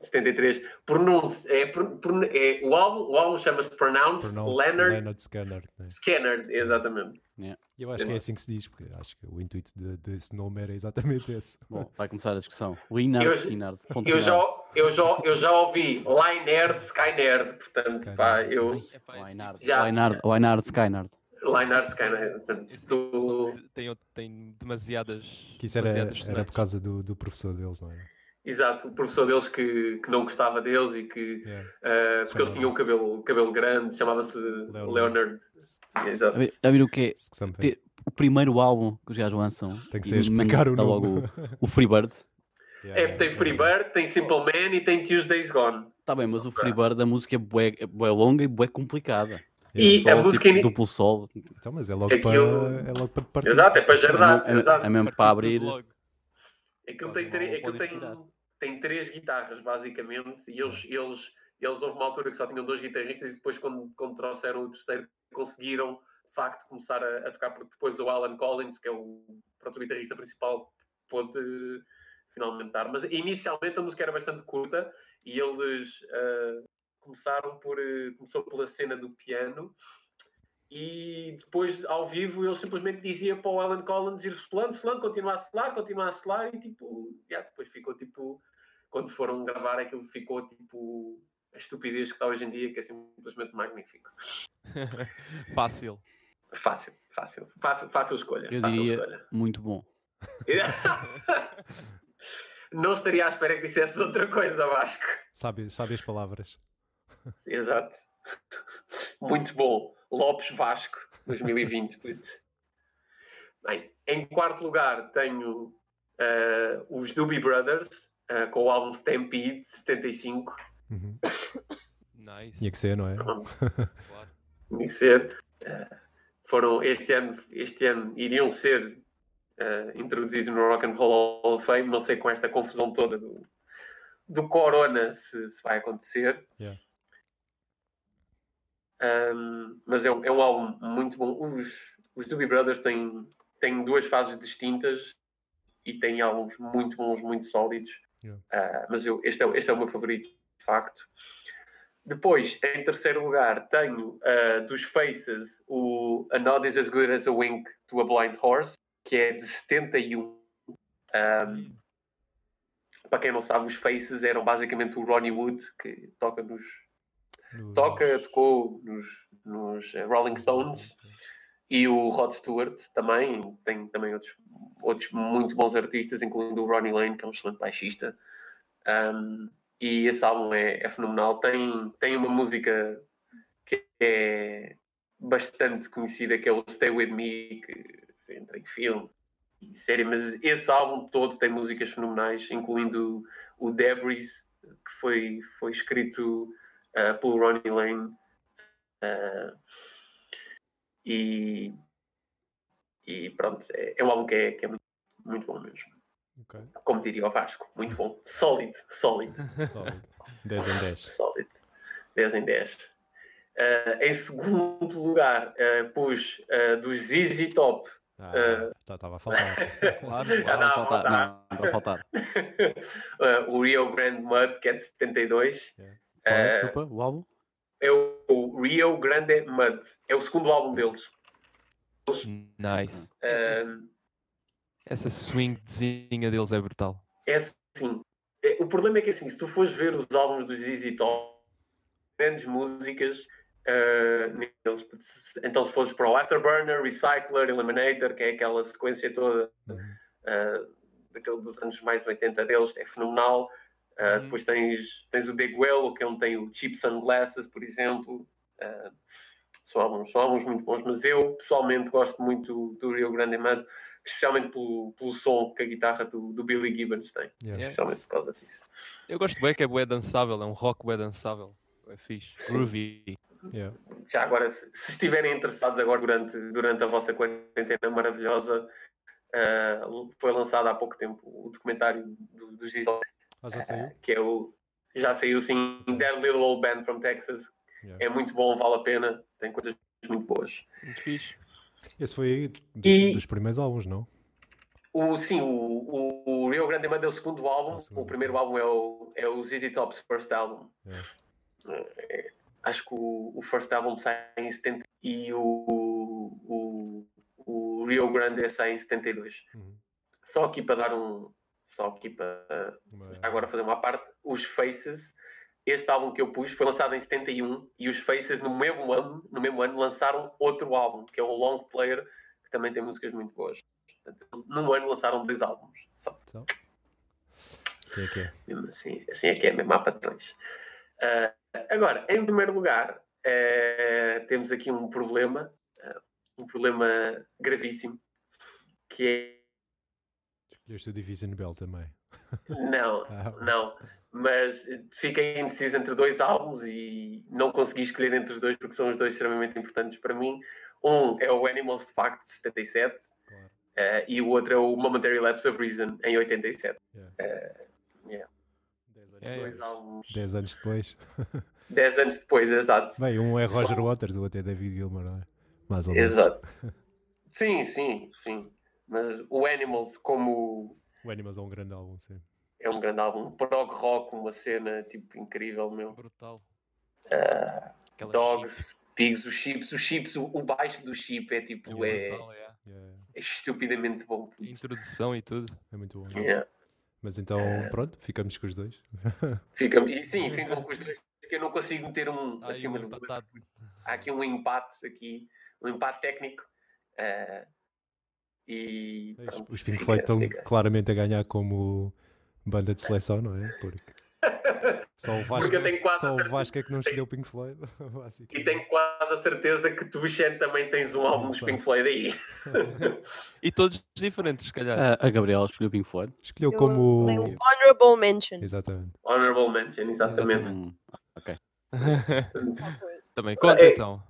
A: 73. Pronunci, é, pro- pro- é, o álbum, o álbum chama-se Pronounced,
B: Pronounced
A: Leonard,
B: Leonard, Scanner. né?
A: Skinner, exatamente.
B: E eu acho que é assim que se diz, porque acho que o intuito de- desse nome era exatamente esse.
E: Bom, vai começar a discussão. Winard,
A: Eu-
E: Skinard. ponto
A: Eu
E: final.
A: já, eu, já, eu já ouvi Linerd, Skynerd, portanto,
B: Sky
A: pá,
B: Nerd.
A: eu.
D: Epá, esse-
E: Weinard,
A: Já-
E: Weinard, Weinard, Skynard.
A: Linerd, Skynerd, portanto,
D: esse
A: tu.
B: é
D: episódio tem, tem demasiadas.
B: Que isso era,
D: demasiadas
B: era por
D: sonantes.
B: causa do, do professor deles, não é? era?
A: Exato, o professor deles que, que não gostava deles e que.
B: Yeah.
A: ah, porque eles tinham o cabelo, cabelo grande, chamava-se
B: Leonard.
A: Leonard. Exato.
E: Já vi- Já viram o que é?
B: Something.
E: Ter- O primeiro álbum que os gajos lançam.
B: Tem que
E: e
B: ser a explicar o
E: dá
B: nome.
E: logo o, o Freebird.
B: Yeah,
A: É, porque tem
B: yeah,
A: Freebird, tem Simple Man e tem Tuesdays Gone.
E: Tá bem, mas o Freebird, a música é bué, é bué longa e bué complicada.
B: yeah. É
A: E- é-
E: Sol,
A: a música
E: tipo,
A: ini-
E: Duplo sol.
B: Então, mas é logo,
A: Aquilo-
B: para, é logo para partir.
A: Exato, é para
E: É,
A: gerar.
E: mesmo- é,
A: exato.
E: é mesmo
D: Partiu
E: para
D: tudo
E: abrir.
D: logo.
A: Aquilo
E: Pode-
A: É tem, três-
E: não
A: aquilo
E: podem
A: tem,
E: tirar.
A: tem três guitarras, basicamente, e eles, eles, eles houve uma altura que só tinham dois guitarristas e depois, quando, quando trouxeram o terceiro, conseguiram, de facto, começar a, a tocar, porque depois o Alan Collins, que é o, pronto, o guitarrista principal, pôde eh, finalmente dar. Mas inicialmente a música era bastante curta e eles eh, começaram por... eh, começou pela cena do piano e depois ao vivo ele simplesmente dizia para o Alan Collins ir solando, solando, continuar a solar, continuar a solar e tipo, já depois ficou tipo, quando foram gravar aquilo ficou tipo a estupidez que está hoje em dia, que é simplesmente magnífico.
D: Fácil.
A: Fácil, fácil, fácil, fácil escolha.
E: Eu
A: fácil
E: diria-
A: escolha.
E: Muito bom.
A: Não estaria à espera que dissesse outra coisa, Vasco.
B: Sabe, sabe as palavras.
A: Exato. Muito bom. Lopes Vasco, 2020. puto. Bem, em quarto lugar tenho eh, os Doobie Brothers, eh, com o álbum Stampede, de 75.
B: Uhum.
D: Nice.
B: Tinha que ser, não é?
D: Claro.
A: Tinha que ser. Eh, foram este ano, este ano iriam ser eh, introduzidos no Rock and Roll Hall of Fame. Não sei com esta confusão toda do, do Corona se, se vai acontecer.
B: Yeah.
A: Ahm, mas é um, é um álbum muito bom. Os, os Doobie Brothers têm, têm duas fases distintas e têm álbuns muito bons, muito sólidos.
B: Yeah.
A: Ah, mas eu, este, é, o- este é o meu favorito, de facto. Depois, em terceiro lugar, tenho ah, dos Faces o A Nod is as Good as a Wink to a Blind Horse, que é de 71. Ahm, Ah, para quem não sabe, os Faces eram basicamente o Ronnie Wood, que toca nos.
B: No-
A: Toca, tocou nos, nos eh, Rolling Stones e o Rod Stewart também. Tem também outros, outros muito bons artistas, incluindo o Ronnie Lane, que é um excelente baixista. Um, e esse álbum é, é fenomenal. Tem, tem uma música que é bastante conhecida, que é o Stay With Me, que entra em filmes e séries, mas esse álbum todo tem músicas fenomenais, incluindo o Debris, que foi, foi escrito uh, pelo Ronnie Lane. Uh, e, e pronto, é, é um álbum que é, que é muito, muito bom mesmo.
B: Ok.
A: Como diria o Vasco, muito bom. Sólido, sólido.
B: Sólido. 10 em 10.
A: Solid. 10 em 10. Ah, em segundo lugar, ah, pus ah, dos ZZ Top.
B: Ah,
A: É.
B: já estava a faltar.
E: Claro,
A: Já
E: claro,
A: dá,
E: faltar.
A: dá.
E: Não, não vai faltar.
A: ah, o Rio Grande Mud, que é de 72.
E: Qual é,
A: Eh,
E: desculpa, o álbum?
A: É o o Rio Grande Mud. É o segundo álbum deles.
D: Nice.
E: É
A: Ah,
D: Essa swingzinha deles é brutal.
A: é assim. é- o problema é que assim, se tu fores ver os álbuns dos ZZ Top, grandes músicas ah, neles. Então se fores para o Afterburner, Recycler, Eliminator, que é aquela sequência toda
B: Uhum.
A: uh, daquele dos anos mais 80 deles, é fenomenal. Uh,
D: Uhum.
A: Depois tens, tens o Deguelo, que é onde tem o Cheap Sunglasses, por exemplo. Uh, são, álbuns, são álbuns muito bons, mas eu pessoalmente gosto muito do, do Rio Grande Mud, especialmente pelo, pelo som que a guitarra do, do Billy Gibbons tem,
B: Yeah.
D: Yeah.
A: especialmente por causa disso.
D: Eu gosto bem que é bué dançável, é um rock bué dançável. É fixe.
A: Sim.
D: Groovy.
B: Yeah.
A: Já agora, se, se estiverem interessados agora durante, durante a vossa quarentena maravilhosa, uh, foi lançado há pouco tempo o documentário do- dos Diesel
B: Ah, já saiu?
A: que é o já saiu sim That Little Old Band from Texas
B: Yeah.
A: é muito bom vale a pena tem coisas muito boas
D: Muito fixe.
B: Esse foi aí dos,
A: E-
B: dos primeiros álbuns, não?
A: o sim o, o, o Rio Grande Band é o segundo álbum
B: É o segundo.
A: o primeiro álbum é o é o ZZ Top's first album
B: Yeah.
A: É, acho que o, o first album sai em 70 e o o, o Rio Grande sai em 72
B: Uhum.
A: só aqui para dar um só aqui para
B: Uma-
A: agora fazer uma parte, os Faces, este álbum que eu pus foi lançado em 71 e os Faces no mesmo ano, no mesmo ano lançaram outro álbum, que é o Long Player, que também tem músicas muito boas. Portanto, eles num ano lançaram dois álbuns. Só
B: Então. Sim, é que é.
A: mesmo assim, assim é que é, mesmo há patrões. Ah, agora, em primeiro lugar, eh, temos aqui um problema, ah, um problema gravíssimo, que
B: Escolheste o Division Bell também.
A: é não,
B: Ah,
A: Não, mas eh, fiquei indeciso entre dois álbuns e não consegui escolher entre os dois porque são os dois extremamente importantes para mim. Um é o Animals de Fact de 77
B: claro.
A: eh, e o outro é o Momentary Lapse of Reason em 87.
B: Yeah.
A: yeah.
B: 10 anos
D: É,
B: depois.
D: é.
A: Dois álbuns,
B: 10 anos depois.
A: 10 anos depois, exato.
B: Bem, um é Roger
A: Só-
B: Waters, o outro é David Gilmour, não é? Mais ou menos.
A: Exato. Sim, sim, sim. Mas o Animals, como
B: O Animals é um grande álbum, sim.
A: é um grande álbum, um prog rock, uma cena tipo incrível, meu.
D: Brutal.
A: Ah,
D: Aquela chique.
A: dogs, pigs, os chips, os chips, o, o baixo do chip é tipo. É,
D: Brutal, yeah.
B: Yeah, yeah.
A: É estupidamente bom.
D: A Introdução e tudo.
B: É muito bom.
A: Yeah.
B: Mas então, pronto, ficamos com os dois.
A: Fica, e sim, ficam com os dois. que Eu não consigo meter um
D: Aí
A: acima
D: um
A: do outro.
D: empatado.
A: Há aqui um empate, aqui, um empate técnico. eh, e
B: Os-
A: pronto,
B: Os Pink
A: fica-
B: Floyd estão
A: fica.
B: claramente a ganhar como banda de seleção, não é? Porque só o Vasco,
A: Porque eu tenho quase
B: só o
A: certeza.
B: Vasco é que não escolheu o Pink Floyd.
A: E
B: basicamente.
A: tenho quase a certeza que tu, Xen, também tens um álbum dos
B: Exato.
A: Pink Floyd aí.
D: E todos diferentes, se calhar.
E: Ah, a Gabriela escolheu Pink Floyd.
B: Escolheu
C: Eu
B: como.
C: leio Honorable mention.
B: Exatamente.
A: Honorable Mention, exatamente.
E: Hum, ok.
D: Também conta
A: É.
D: então.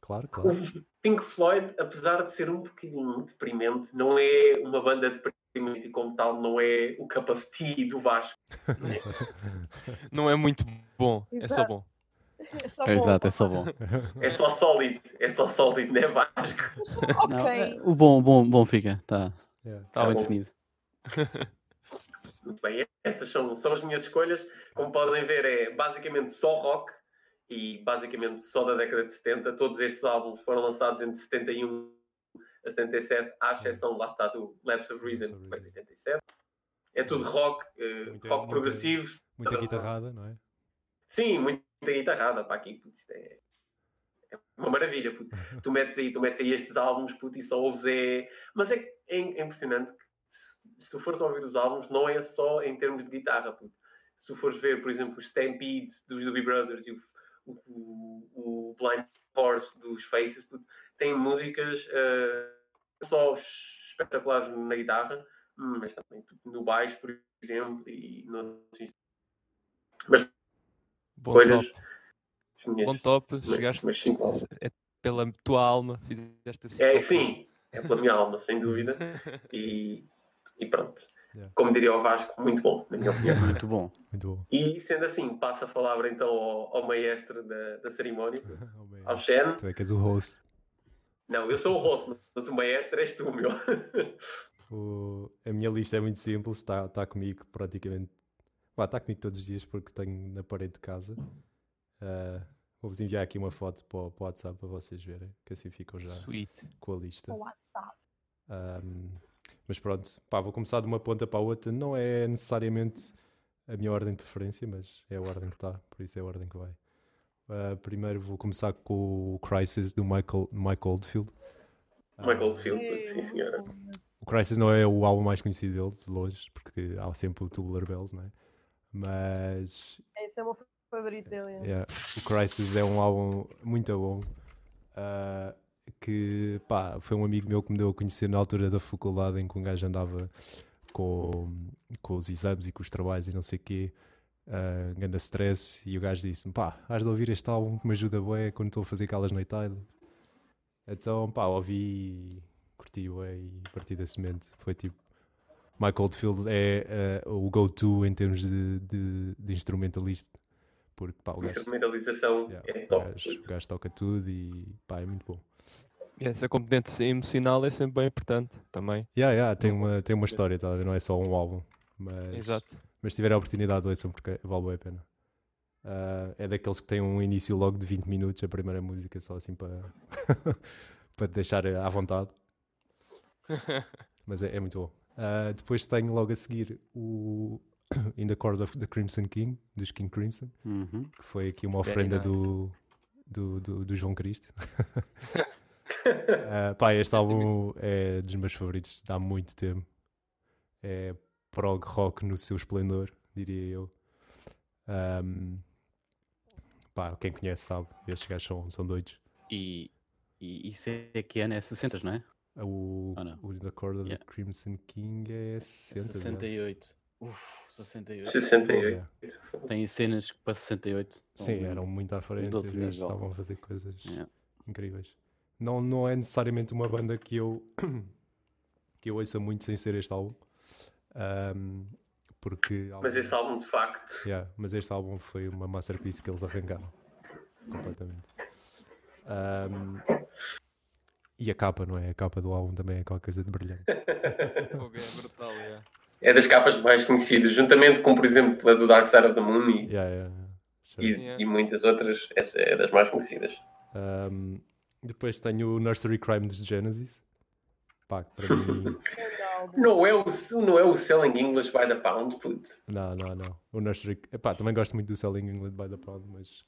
B: Claro, claro.
A: O Pink Floyd, apesar de ser um bocadinho deprimente, não é uma banda deprimente e, como tal, não é o cup of tea do Vasco.
D: Não é muito bom, é só
C: Exato.
D: bom.
C: É só
E: É,
C: bom.
E: Exato, é só bom.
A: É só sólido, é só sólido, né, Vasco?
E: Não, é,
C: Ok.
E: o bom, bom, bom fica, tá,
B: Yeah.
D: Tá
E: tá bem
A: bom.
E: definido.
A: Muito bem, estas são, são as minhas escolhas. Como podem ver, é basicamente só rock e basicamente só da década de 70. Todos estes álbuns foram lançados entre 71 a 77, à exceção, lá está, do Lapse of Reason,
B: Lapse of
A: que foi
B: Reason.
A: de 87. É tudo rock, eh,
B: Muita-
A: rock
B: muita-
A: progressivo.
B: Muita guitarrada, não é?
A: Sim, muita guitarrada para aqui. Puto, isto é, é uma maravilha. puto. Tu, metes aí, tu metes aí estes álbuns puto, e só ouves. É... Mas é, é im- é impressionante que se, se tu fores ouvir os álbuns, não é só em termos de guitarra. Puto. Se tu fores ver, por exemplo, os Stampedes dos Doobie Brothers e o, o, o Blind Force dos Faces puto, tem músicas ah, só espetaculares na guitarra, mas também puto, no baixo, por exemplo, e no
D: Bom
A: coisas.
D: top. Bom top. Chegaste
A: mas sim, claro.
D: é pela tua alma. Fizeste esse
A: É
D: top.
A: sim, é pela minha alma, sem dúvida. E, e pronto.
B: Yeah.
A: Como diria o Vasco, muito bom, na minha opinião.
E: É Muito bom.
B: Muito bom.
A: E sendo assim, passo a palavra então ao, ao maestro da, da cerimónia,
B: Oh, man.
A: ao Shen.
B: Tu é que és o host.
A: Não, eu sou o Rosso, mas o maestro és tu, meu.
B: O- A minha lista é muito simples, está tá comigo praticamente. Está comigo todos os dias porque tenho na parede de casa. Ah, Vou-vos enviar aqui uma foto para o, para o WhatsApp para vocês verem, que assim ficam já
D: um. Sweet.
B: com a lista.
C: O WhatsApp.
B: Ahm, mas pronto, pá, vou começar de uma ponta para a outra. Não é necessariamente a minha ordem de preferência, mas é a ordem que está, por isso é a ordem que vai. Ah, primeiro vou começar com o Crisis do Michael, Mike Oldfield.
A: Michael
B: Ah,
A: Oldfield,
C: É,
A: sim senhora.
B: o Crisis não é o álbum mais conhecido dele, de longe, porque há sempre o Tubular Bells, não é? Mas
C: Esse é o meu favorito dele. é.
B: Yeah. O Crisis é um álbum muito bom. ah, que pá, foi um amigo meu que me deu a conhecer na altura da faculdade em que um gajo andava com, com os exames e com os trabalhos e não sei o quê, ah, ganda stress. E o gajo disse-me: pá, has de ouvir este álbum que me ajuda bem quando estou a fazer aquelas noitadas. Então pá, ouvi, curti bué e a partir desse momento foi tipo. Michael Oldfield é ah, o go-to em termos de, de, de instrumentalista, porque pá, o
A: A
B: gajo
A: instrumentalização
B: Yeah,
A: é
B: o,
A: top.
B: gajo, o gajo toca tudo e pá, é muito bom.
D: E Essa componente emocional é sempre bem importante também.
B: Yeah, yeah, tem, uma, tem uma história, tá, a ver? não é só um álbum.
D: É,
B: Mas,
D: Exato.
B: mas se tiver a oportunidade, ouçam porque vale bem a pena. Ah, é daqueles que tem um início logo de 20 minutos, a primeira música, só assim para para te deixar à vontade. Mas é, é muito bom. Ah, depois tenho logo a seguir o In the Court of the Crimson King, dos King Crimson.
E: Uhum.
B: que foi aqui uma
D: Very
B: ofrenda
D: nice.
B: do, do, do, do João Cristo. Ah, pá, este álbum é dos meus favoritos de há muito tempo. É prog rock no seu esplendor, diria eu. Ahm, pá, quem conhece sabe, estes gajos são, são doidos.
E: E, e isso é que ano é 60, não é?
B: O,
E: Ah, não.
B: o da corda
E: Yeah.
B: do Crimson King é 60. não é?
E: 68. Uf, 68.
A: 68.
B: Yeah.
E: Tem cenas que para 68.
B: Sim, um
E: Então,
B: eram muito à frente,
E: outro
B: os gajos
E: nível.
B: estavam a fazer coisas
E: Yeah.
B: incríveis. Não, não é necessariamente uma banda que eu que eu ouça muito sem ser este álbum. Ahm, porque
A: Mas esse álbum, de facto,
B: Yeah, mas este álbum foi uma masterpiece que eles arrancaram completamente. Ahm, e a capa, não é? A capa do álbum também é qualquer coisa de brilhante.
D: Fogo é brutal, é.
A: é das capas mais conhecidas, juntamente com, por exemplo, a do Dark Side of the Moon e,
B: Yeah, yeah, yeah. Sure.
A: e-
D: Yeah.
A: e muitas outras, essa é das mais conhecidas.
B: Ahm, depois tenho o Nursery Crime de Genesis. Pá, que para mim
C: Grande álbum.
A: Não é o, não é o Selling English by the Pound, puto.
B: Não, não, não. O Nursery. Epá, também gosto muito do Selling England by the Pound, mas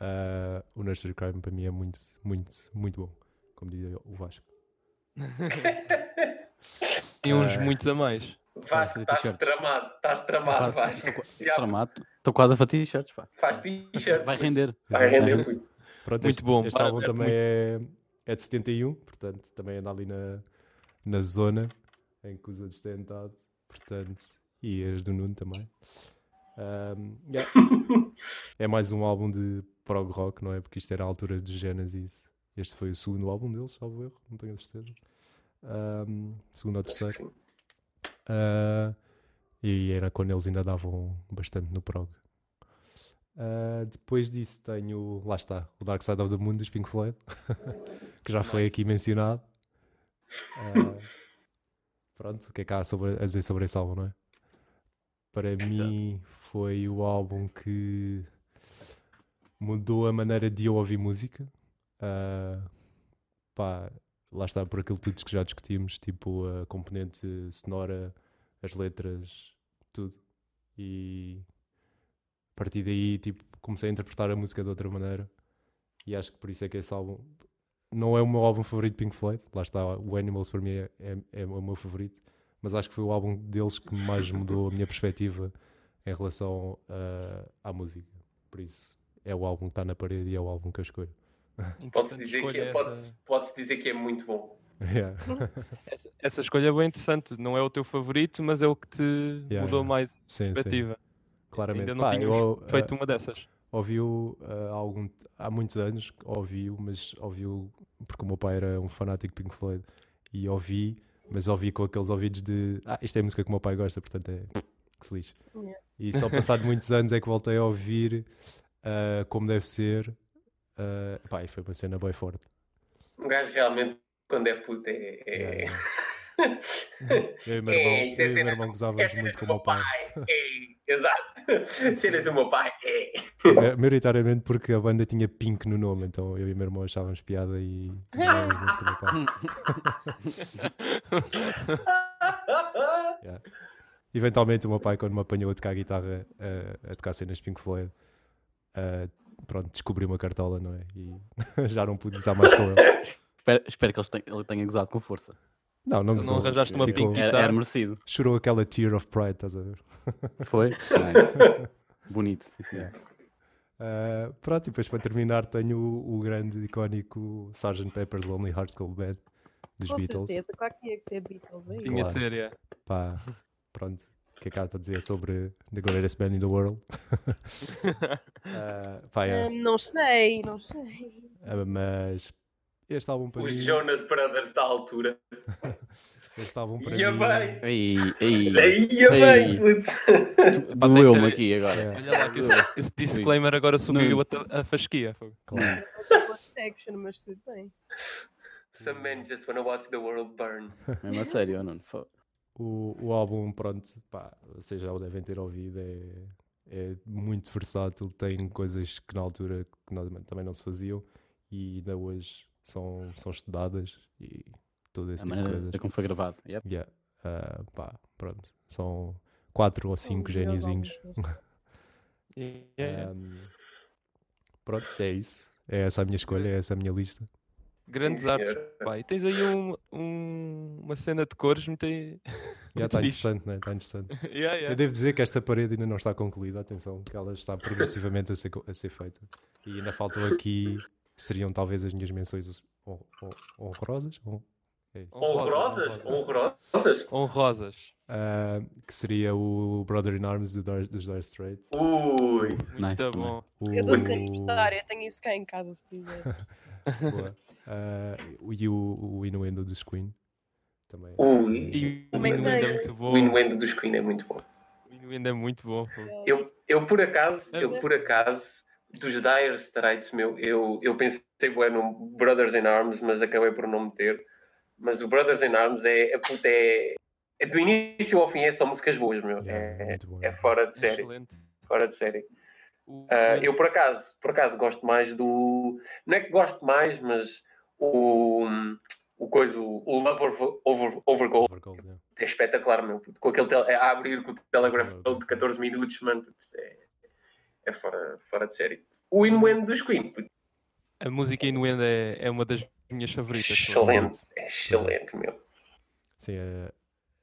B: ah, o Nursery Crime para mim é muito, muito, muito bom. Como diria o Vasco.
D: Tem uns
B: Ah.
D: muitos a mais.
A: Vasco,
E: fazer
A: estás
E: t-shirts.
A: tramado, estás tramado,
E: Pá,
A: Vasco.
E: tô qua-
A: Já
E: Tramado. Estou quase a fazer t-shirts, pá.
A: Faz t-shirt.
E: Vai render.
A: Vai render, puto.
B: Pronto,
D: Muito
B: este,
D: bom,
B: Este
D: para-
B: álbum
D: é
B: também
D: muito-
B: é, é de 71, portanto também anda ali na, na zona em que os outros têm andado. Portanto, e as do Nuno também. Ahm, yeah. é mais um álbum de prog rock, não é? Porque isto era a altura de Genesis. Este foi o segundo álbum deles, salvo erro, não tenho a certeza. Ahm, segundo ou terceiro.
A: Sim.
B: Ah, e era quando eles ainda davam bastante no prog. Ah, depois disso tenho, lá está, o Dark Side of the Moon dos Pink Floyd, que já foi aqui mencionado. Ah, pronto, o que é que há sobre, a dizer sobre esse álbum, não é? Para mim foi o álbum que mudou a maneira de eu ouvir música. Ah, pá, lá está por aquilo tudo que já discutimos, tipo a componente sonora, as letras, tudo. E a partir daí, tipo, comecei a interpretar a música de outra maneira. E acho que por isso é que esse álbum não é o meu álbum favorito de Pink Floyd. Lá está, o Animals para mim é, é, é o meu favorito. Mas acho que foi o álbum deles que mais mudou a minha perspectiva em relação ah, à música. Por isso, é o álbum que está na parede e é o álbum que eu escolho.
A: Pode-se
D: Interessante
A: dizer, que
D: escolha
A: é, pode-se- pode-se dizer que é muito bom.
B: Yeah.
D: essa, essa escolha é bem interessante. Não é o teu favorito, mas é o que te
B: Yeah,
D: mudou
B: yeah.
D: mais a
B: sim, sim.
D: perspectiva.
B: Claramente.
D: Ainda não
B: Pá,
D: tínhamos
B: eu, ah,
D: feito uma dessas.
B: ouviu ah, há, algum, há muitos anos, ouviu, mas ouviu porque o meu pai era um fanático de Pink Floyd e ouvi, mas ouvi com aqueles ouvidos de ah, isto é música que o meu pai gosta, portanto é que se lixe.
C: Yeah.
B: E só passado muitos anos é que voltei a ouvir ah, como deve ser. Ah, pá, e foi uma cena bem forte.
A: Um gajo realmente, quando é puto, é. é-
B: Yeah, yeah. Eu e o meu irmão,
A: É, isso é
B: eu e o meu
A: cena-
B: irmão
A: é
B: gozávamos
A: cena
B: muito com
A: do
B: o meu pai.
A: é, exato. Cenas do meu pai. É.
B: É, Maioritariamente porque a banda tinha pink no nome, então eu e o meu irmão achávamos piada e. gozávamos muito com o meu pai. Eventualmente, o meu pai, quando me apanhou a tocar guitarra, eh, a, tocar cenas de Pink Floyd, eh, pronto, descobri uma cartola, não é? E já não pude usar mais com ele.
E: Espero, espero que eles tenham- ele tenha gozado com força.
B: Não, não,
D: Então não
B: gozou.
D: arranjaste uma
B: Ficou-
D: pink
E: Era,
D: guitar.
E: era merecido.
B: Chorou aquela tear of pride, estás a ver?
E: Foi? Nice. Bonito, sim, sim.
B: Eh, pronto, e depois para terminar, tenho o, o grande, icónico Sgt. Pepper's Lonely Hearts Club Band dos
C: Com
B: Beatles.
C: certeza, claro que tinha que ter Beatles. é isso.
D: Tinha
B: Claro.
D: de ser, yeah.
B: Pá, pronto, o que acabo para dizer sobre The Greatest Band in the World? Eh, pá, é,
C: Ah, Não sei, não sei.
B: eh, mas este álbum para
A: Os
B: mim.
A: Jonas Brothers da altura.
B: Este álbum para
A: Ia
B: mim.
A: bem.
E: Ei, ei.
A: Daí ia bem,
E: Ei.
A: putz.
E: Doeu-me aqui agora.
B: É,
D: Olha lá que esse, esse disclaimer agora subiu
E: Não.
D: a, a fasquia. fogo.
B: claro.
C: Protection, mas tudo bem.
A: Some men just wanna watch the world burn.
E: Mesmo a sério, Nuno. Fo-
B: O, o álbum, pronto, pá, vocês já o devem ter ouvido, é, é muito versátil, tem coisas que na altura que nós também não se faziam e ainda hoje são, são estudadas e todo esse
E: A
B: tipo de coisas. tipo
E: maneira como foi gravado. Yep.
B: Yeah. Ah, pá, pronto, são quatro
D: É um
B: ou cinco
C: Os meus
B: geniozinhos.
C: álbuns.
D: Yeah.
B: Ahm, pronto, é isso. É essa a minha escolha, é essa a minha lista.
D: Grandes
A: Sim,
D: artes.
A: senhor.
D: Pá, e tens aí um- um- uma cena de cores muito. aí-
B: Já
D: Muito
B: está
D: fixe.
B: interessante, né? Está interessante.
D: Yeah, yeah.
B: Eu devo dizer que esta parede ainda não está concluída, atenção, que ela está progressivamente a ser, co- a ser feita. E ainda faltam aqui, seriam talvez as minhas menções hon- hon- honrosas, hon- é isso.
A: Honrosas? Honrosas?
D: Honrosas.
B: Ah, que seria o Brother in Arms do Dire- dos Dire Straits,
A: Ui.
D: Muito
E: Nice também.
D: bom.
B: o,
C: Eu não sei mostrar, eu tenho isso cá em casa se quiser.
B: boa, ah, o- e o, o Inuendo dos Queen, também. Ah,
A: Ui.
D: E o
C: Também
D: Inuendo é
C: tenho.
D: muito bom.
A: O inuendo dos Queen é muito bom.
D: O Inuendo é muito bom. fogo.
A: Eu, eu por acaso,
D: É
A: eu
D: mesmo?
A: por acaso, dos Dire Straits, meu, eu, eu pensei bué, no Brothers in Arms, mas acabei por não meter. Mas o Brothers in Arms é, é, puta, é, é do início ao fim, é só músicas boas, meu.
B: Yeah,
A: É,
B: muito bom.
A: é fora de série,
D: Excelente.
A: fora de série.
D: O-
A: Ah, eu por acaso, por acaso gosto mais do. Não é que gosto mais, mas o, o coisa, o Love Over, over, over Gold
B: Overgold, yeah.
A: é espetacular, meu. puto. Com aquele tele- é, a abrir com o Telegraph
B: Claro,
A: Road de 14 minutos, mano, puto, é, é fora, fora de série. O Inuendo dos Queen, puto,
D: A música Inuendo é, é uma das minhas favoritas. fogo.
A: excelente, é excelente, meu.
B: Sim, é-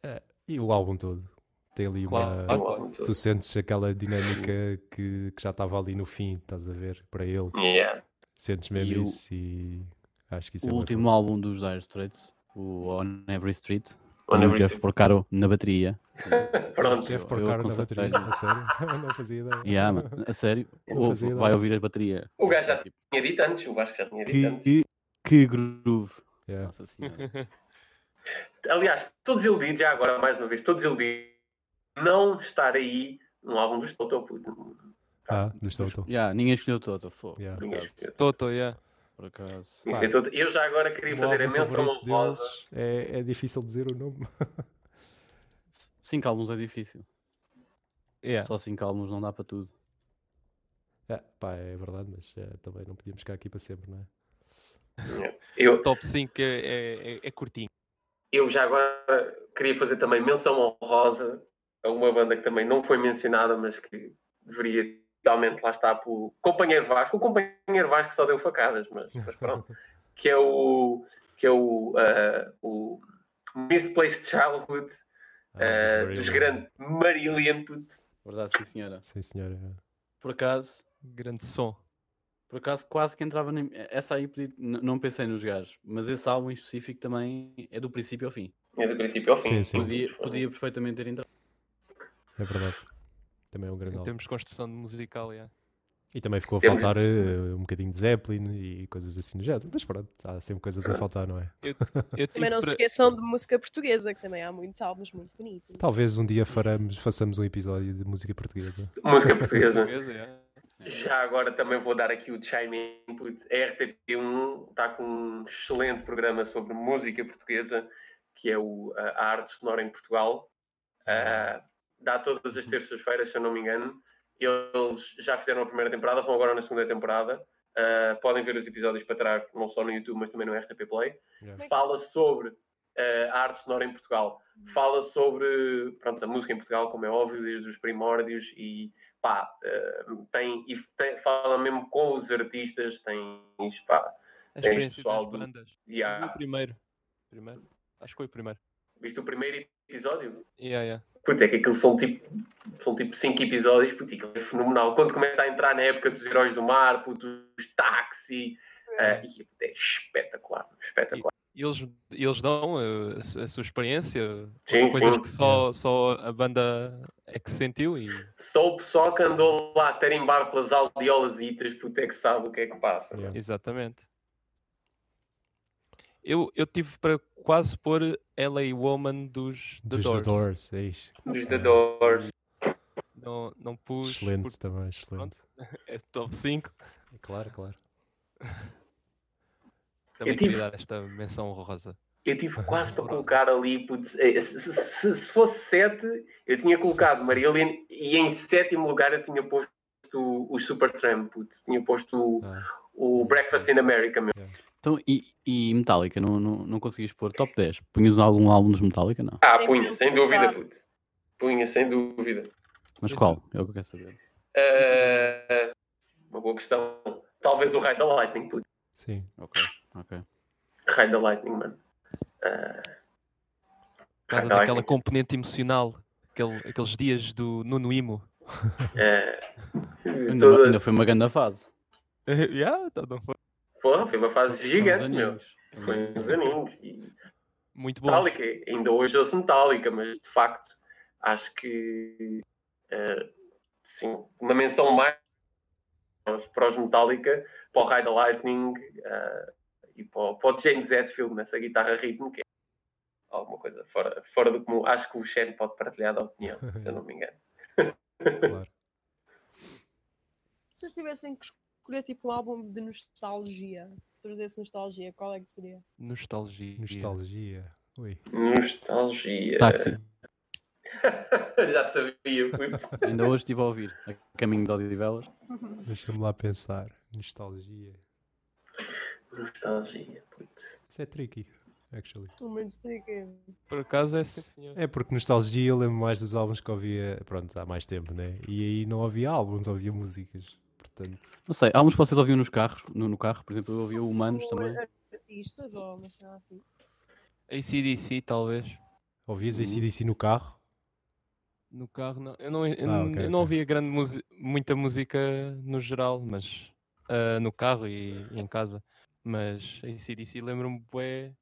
B: é- e o álbum todo. Tem ali
D: Claro.
B: uma,
D: Ah,
A: Eu amo tudo.
B: tu sentes aquela dinâmica que, que já estava ali no fim, estás a ver, para ele.
A: Yeah.
B: Sentes mesmo
E: E o-
B: isso e acho que isso
E: O
B: é bué
E: último álbum dos Dire Straits, o On Every Street,
A: On
E: com o
A: Every
E: Jeff Porcaro na bateria.
B: foda.
A: Pronto,
B: Jeff
E: Eu- eu
B: Porcaro na bateria,
E: aconselho.
B: a sério? Não fazia ideia.
E: Yeah, mano, a sério,
B: Não
E: ouve,
B: fazia ideia.
E: vai ouvir a bateria.
A: O gajo já-
E: Tipo,
A: tinha dito antes, o Vasco já tinha dito
E: que,
A: antes.
E: que, que groove.
B: Yeah.
E: Nossa senhora.
A: Aliás, estou desiludido já agora, mais uma vez, estou desiludido de não estar aí num álbum dos Toto, puto.
B: Ah, do Toto.
E: Yeah, ninguém escolheu todo, fogo.
B: Yeah.
E: Por acaso,
D: Toto, yeah.
E: por acaso.
A: Tinha feito outro- Eu já agora queria
B: O
A: fazer a
B: álbum
A: menção
B: favorito
A: honrosa.
B: deles É, é difícil dizer o nome.
E: Cinco álbuns é difícil.
D: yeah.
E: Só cinco álbuns não dá para tudo.
B: Ah, pá, é verdade, mas eh, também não podíamos ficar aqui para sempre, não é?
A: Eu,
D: Top 5 é, é, é curtinho.
A: eu já agora queria fazer também menção honrosa a uma banda que também não foi mencionada, mas que deveria realmente lá estar pelo companheiro Vasco. O companheiro Vasco só deu facadas, mas, mas pronto. que é o que é o, ah, o Misplaced Childhood
B: Ah,
A: ah,
B: dos
A: dos
B: Marillion.
A: grandes Marillion. puto.
E: Verdade, sim senhora.
B: é, Sim, senhora.
E: Por acaso,
D: Grande som.
E: Por acaso quase que entrava nem... Essa aí pedi- n- não pensei nos gajos, mas esse álbum em específico também é do princípio ao fim.
A: É do princípio ao fim.
B: Sim, sim.
E: Podia, podia perfeitamente ter entrado.
B: É verdade. Também é um grande
D: Em
B: álbum.
D: termos de construção musical, yeah.
B: E também ficou a
A: Temos-
B: faltar eh, um bocadinho de Zeppelin e coisas assim no género. Mas pronto, há sempre coisas a faltar, não é?
D: Eu tive
C: Também não se
D: pra-
C: esqueçam de música portuguesa, que também há muitos álbuns muito bonitos.
B: Talvez um dia faremos, façamos um episódio de música portuguesa.
A: Música portuguesa.
D: Portuguesa, yeah.
E: É.
A: Já agora também vou dar aqui o chime input. A RTP1 está com um excelente programa sobre música portuguesa, que é o, a a Arte Sonora em Portugal. Ah, dá todas as terças-feiras, se eu não me engano. Eles já fizeram a primeira temporada, vão agora na segunda temporada. Ah, podem ver os episódios para trás, não só no YouTube, mas também no RTP Play
B: Yeah.
A: fala sobre eh, a arte sonora em Portugal, fala sobre pronto, a música em Portugal, como é óbvio, desde os primórdios e pá, eh, tem, e tem- fala mesmo com os artistas, tem pá,
D: A
A: Tem
D: experiência
A: pessoal
D: das
A: do-
D: bandas.
A: e
D: Eu vi
A: há-
D: o primeiro. Primeiro? Acho que foi o primeiro.
A: viste o primeiro episódio?
D: Yeah, yeah.
A: Puta, é que aquilo são tipo são tipo 5 episódios, puta, aquilo é fenomenal. Quando começa a entrar na época dos heróis do mar, puto, dos táxi, eh, e é espetacular, espetacular.
D: E eles, e eles dão eh, a, su- a sua experiência,
A: Sim,
D: coisas
A: sim.
D: que só, só a banda é que sentiu e
A: Só o pessoal que andou lá a tarimbar pelas aldeolasitas, puto, é que sabe o que é que passa.
B: Yeah.
D: Exatamente. Eu, eu tive para quase pôr LA Woman dos The
B: Dos The
D: Doors.
B: Doors, é isso.
A: dos The Doors.
D: Não, não pus
B: Excelente
D: porque
B: também, excelente.
D: é top 5.
B: Claro, claro.
D: Também
A: tive-
D: queria dar esta menção honrosa.
A: Eu tive quase para
D: Horrorosa.
A: colocar ali, putz, eh, se, se- se- se fosse 7, eu tinha colocado
B: fosse
A: Marilyn e em sétimo lugar eu tinha posto os Supertramp, putz, tinha posto o,
B: Ah,
A: o Breakfast in America, meu.
E: Então, e, e Metallica? Não, não, não conseguias pôr top 10? Punhas algum álbum dos Metallica? Não.
A: Ah,
C: Tem
A: punha,
C: que
A: sem dúvida,
C: colocar.
A: putz. Punha, sem dúvida.
E: Mas
D: Esse-
E: qual? É o que eu quero saber.
A: Eh, uma boa questão. Talvez o Ride the Lightning, putz.
B: sim.
E: Ok, ok.
A: Ride the Lightning, mano. Eh,
D: Por causa
A: Caraca.
D: daquela componente emocional, aquele- aqueles dias do Nuno Imo.
A: eh,
E: Ainda,
A: toda-
E: ainda foi uma grande fase.
D: Yeah, tá, não foi.
A: Foi, foi uma fase gigante,
E: Uns
A: meu.
E: aninhos.
A: Foi uns aninhos. E-
D: Muito bom.
A: Metallica, ainda hoje ouço Metallica, mas de facto acho que eh, sim, uma menção mais para os Metallica, para o Ride the Lightning eh, e para, o- para o James Hetfield nessa guitarra ritmo, que é alguma coisa fora, fora do comum. Acho que o Shane pode partilhar da opinião, se eu não me engano.
B: Claro.
C: Se vocês tivessem que escolher tipo um álbum de nostalgia, que trazesse nostalgia, qual é que seria?
D: Nostalgia.
B: Nostalgia. Ui.
A: Nostalgia.
E: Táxi.
A: Já sabia, puto.
E: Ainda hoje estive a ouvir a caminho de Odivelas.
C: Um
B: Deixa-me lá pensar. Nostalgia.
A: Nostalgia, puto.
B: Isso é tricky, actually.
C: O meu destaque.
D: Por acaso é sim, senhor.
B: É porque nostalgia eu lembro mais dos álbuns que ouvia, pronto, há mais tempo, né? E aí não havia álbuns, havia músicas. Portanto,
E: Não sei, há uns que vocês ouviam nos carros, no, no carro, por exemplo, eu ouvia o Humanos também.
C: Artistas ou uma cena assim.
D: ACDC, talvez.
B: ouvias
E: Uhum.
B: ACDC no carro?
D: No carro, não. Eu não, eu
B: Ah,
D: n-
B: ok,
D: eu
B: ok.
D: não ouvia grande musi- muita música no geral, mas ah, no carro e, e em casa. Mas em CDC lembro-me bué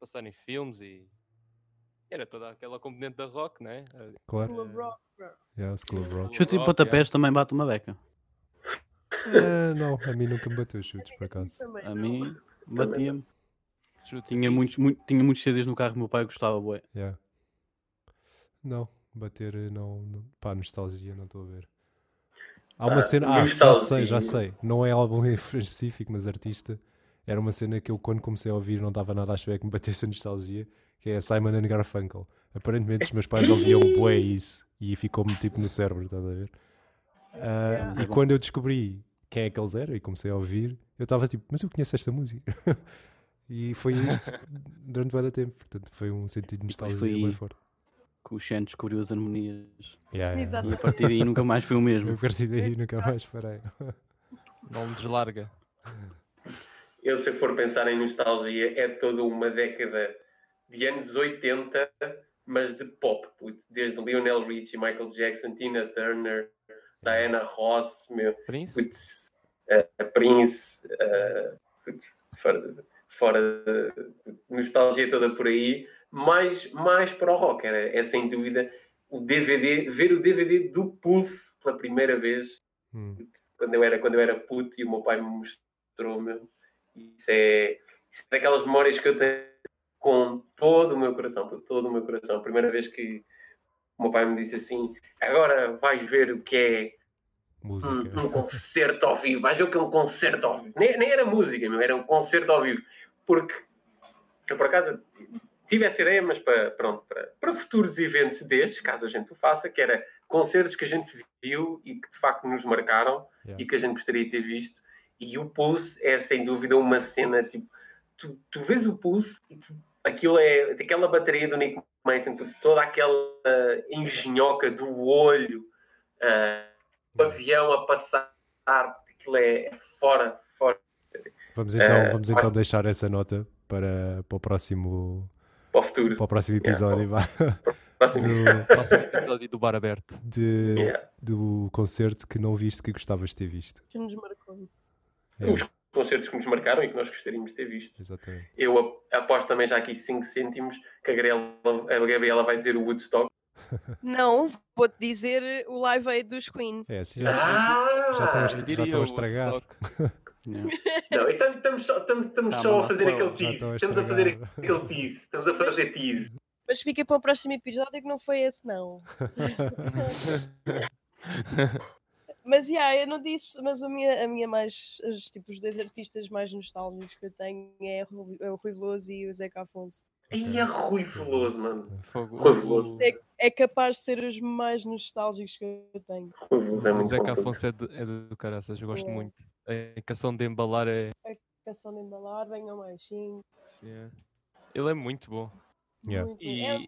D: passar em filmes e era toda aquela componente da rock, né? Ah,
B: Claro.
C: Club Rock.
B: Yeah, os Club Rock.
E: Chutes e
D: Rock,
E: pontapés também bate uma beca.
B: Ah, não, a mim nunca me bateu chutes, por acaso.
C: Também,
E: A
C: não.
E: mim batia-me.
D: yeah, chutes e
E: Tinha
D: picos.
E: muitos, mu- tinha muitos CDs no carro, meu pai gostava, bué.
B: Yeah. Não, bater eh, não, não. Pá, nostalgia, não estou a ver. Há uma
A: Ah,
B: cena. Ah, já sei, já
A: nostalgia.
B: sei. Não é álbum em específico, mas artista. Era uma cena que eu, quando comecei a ouvir, não estava nada à espera que me batesse a nostalgia, que é Simon and Garfunkel. Aparentemente, os meus pais ouviam bué isso e ficou-me tipo no cérebro, estás a ver? Ah,
E: Yeah.
B: E quando eu descobri quem é que eles eram e comecei a ouvir, eu estava tipo, mas eu conheço esta música. e foi isto durante muito tempo, portanto, foi um sentido de
E: depois
B: nostalgia
E: foi
B: bem
E: aí.
B: forte.
E: Que o Xen descobriu as harmonias.
B: Yeah, yeah.
C: Exato.
E: E a partir daí nunca mais foi o
B: Eu
E: mesmo.
B: a partir daí nunca mais parei.
D: Não me deslarga.
A: eu se for pensar em nostalgia, é toda uma década de anos 80, mas de pop, puto. desde Lionel Richie, Michael Jackson, Tina Turner, Diana Ross, meu,
D: Prince?
A: putz, eh, Prince, eh, fora, fora de nostalgia toda por aí, mais, mais para o rock. Era, é sem dúvida o DVD, ver o DVD do Pulse pela primeira vez
B: Hum.
A: quando eu era, quando eu era puto e o meu pai me mostrou meu, isso, é, isso é daquelas memórias que eu tenho com todo o meu coração, com todo o meu coração. A primeira vez que o meu pai me disse assim, agora vais ver o que é
B: Música.
A: um, um concerto ao vivo, vais ver o que é um concerto ao vivo. Nem, nem era música, meu, era um concerto ao vivo. Porque eu por acaso tive essa ideia, mas para, pronto, para, para futuros eventos destes, caso a gente o faça, que era concertos que a gente viu e que de facto nos marcaram
B: Yeah.
A: e que a gente gostaria de ter visto. E o Pulse é sem dúvida uma cena tipo. Tu, tu vês o Pulse e tu- aquilo é aquela bateria do Nick Mason, tu- toda aquela ah, engenhoca do olho, ah, o avião a passar, aquilo é, é fora, fora
B: Vamos então,
A: Eh,
B: vamos então deixar essa nota para, para o próximo,
A: para o futuro.
B: para o próximo
A: Yeah.
B: episódio vá,
A: Próximo.
B: do,
D: Próximo episódio do Bar Aberto.
B: de-
A: Yeah.
B: do concerto que não viste que gostavas de ter visto.
C: que nos marcou.
B: É,
A: Os concertos que nos marcaram e que nós gostaríamos de ter visto.
B: exatamente.
A: Eu ap- aposto também já aqui 5 cêntimos que a Gabriela, a Gabriela vai dizer o Woodstock.
C: Não, vou-te dizer eh, o Live Aid dos Queen.
B: É, assim já,
A: Ah!
B: já estão a
D: Eu
B: estra- já
D: diria
B: estão a
D: o
B: estragar.
D: Woodstock.
E: Yeah.
A: Não, então estamos só, estamos, estamos
E: Tá,
A: só
E: não
A: a
E: dá
A: fazer
E: spoiler,
A: aquele
B: já
A: tease.
B: estão a
A: Estamos a fazer
B: estragar.
A: aquele tease. Estamos a fazer tease.
C: Mas fica para o próximo episódio que não foi esse, não. Mas yeah, eu não disse, mas a minha, a minha mais, os, tipo, os dois artistas mais nostálgicos que eu tenho é Ru- é o Rui Veloso e o Zeca Afonso.
A: Aí é Rui Veloso, mano.
D: Fogo.
A: Rui Veloso.
C: É capaz de ser os mais nostálgicos que eu tenho.
A: Rui Veloso é
D: O
A: muito
D: Zeca
A: bom.
D: Afonso é do, é do caraças, eu gosto
C: É.
D: muito. A canção de embalar é.
C: Canção de embalar, venham mais sim.
D: é- Ele é muito bom.
B: Yeah.
C: Muito,
D: E,
C: é,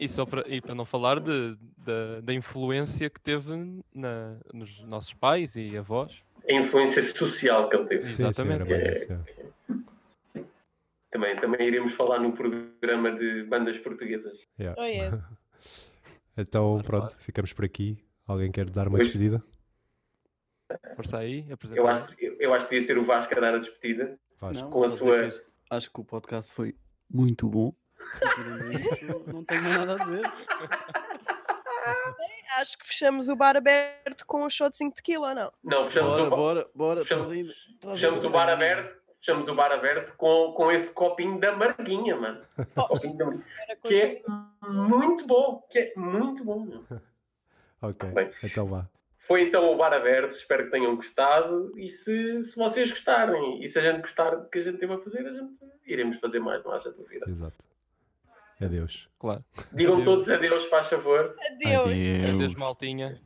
D: e só para e para não falar de, da, da influência que teve na, nos nossos pais e avós.
A: A influência social que ele teve.
B: Sim, sim, era
D: Exatamente.
B: mais isso. é.
A: Também, também iremos falar no programa de bandas portuguesas.
B: Yeah.
C: Oh, yeah.
B: Então,
D: Claro,
B: pronto, ficamos por aqui. Alguém quer dar uma
A: Pois.
B: despedida?
D: Força aí, apresenta.
E: Tá.
A: Eu acho, eu, eu acho que devia ser o Vasco a dar a despedida.
B: Vasco.
E: Não,
A: Com a
E: só dizer
A: sua-
E: que este- Acho que o podcast foi muito bom. E, tirando isso, não tenho mais nada a dizer.
C: É, acho que fechamos o bar aberto com um shotzinho de tequila, ou não?
A: Não, fechamos,
E: Bora,
A: o, ba-
E: bora, bora.
A: fechamos-
E: traz aí- traz aí
A: fechamos o
E: outra
A: bar
E: coisa.
A: aberto. Fechamos o bar aberto com, com esse copinho da Marguinha, mano.
C: Oh,
A: Copinho da Marguinha,
C: era
A: que é
C: coisa-
A: muito bom. Que é muito bom, meu.
B: Ok,
A: Bem.
B: então vá.
A: Foi então o Bar Aberto, espero que tenham gostado. E se, se vocês gostarem, e se a gente gostar do que a gente teve a fazer, a gente iremos fazer mais, não haja dúvida.
B: Exato. Adeus.
D: Claro.
A: Digam
D: Adeus.
A: todos adeus, faz favor.
C: Adeus.
D: Adeus, maltinha.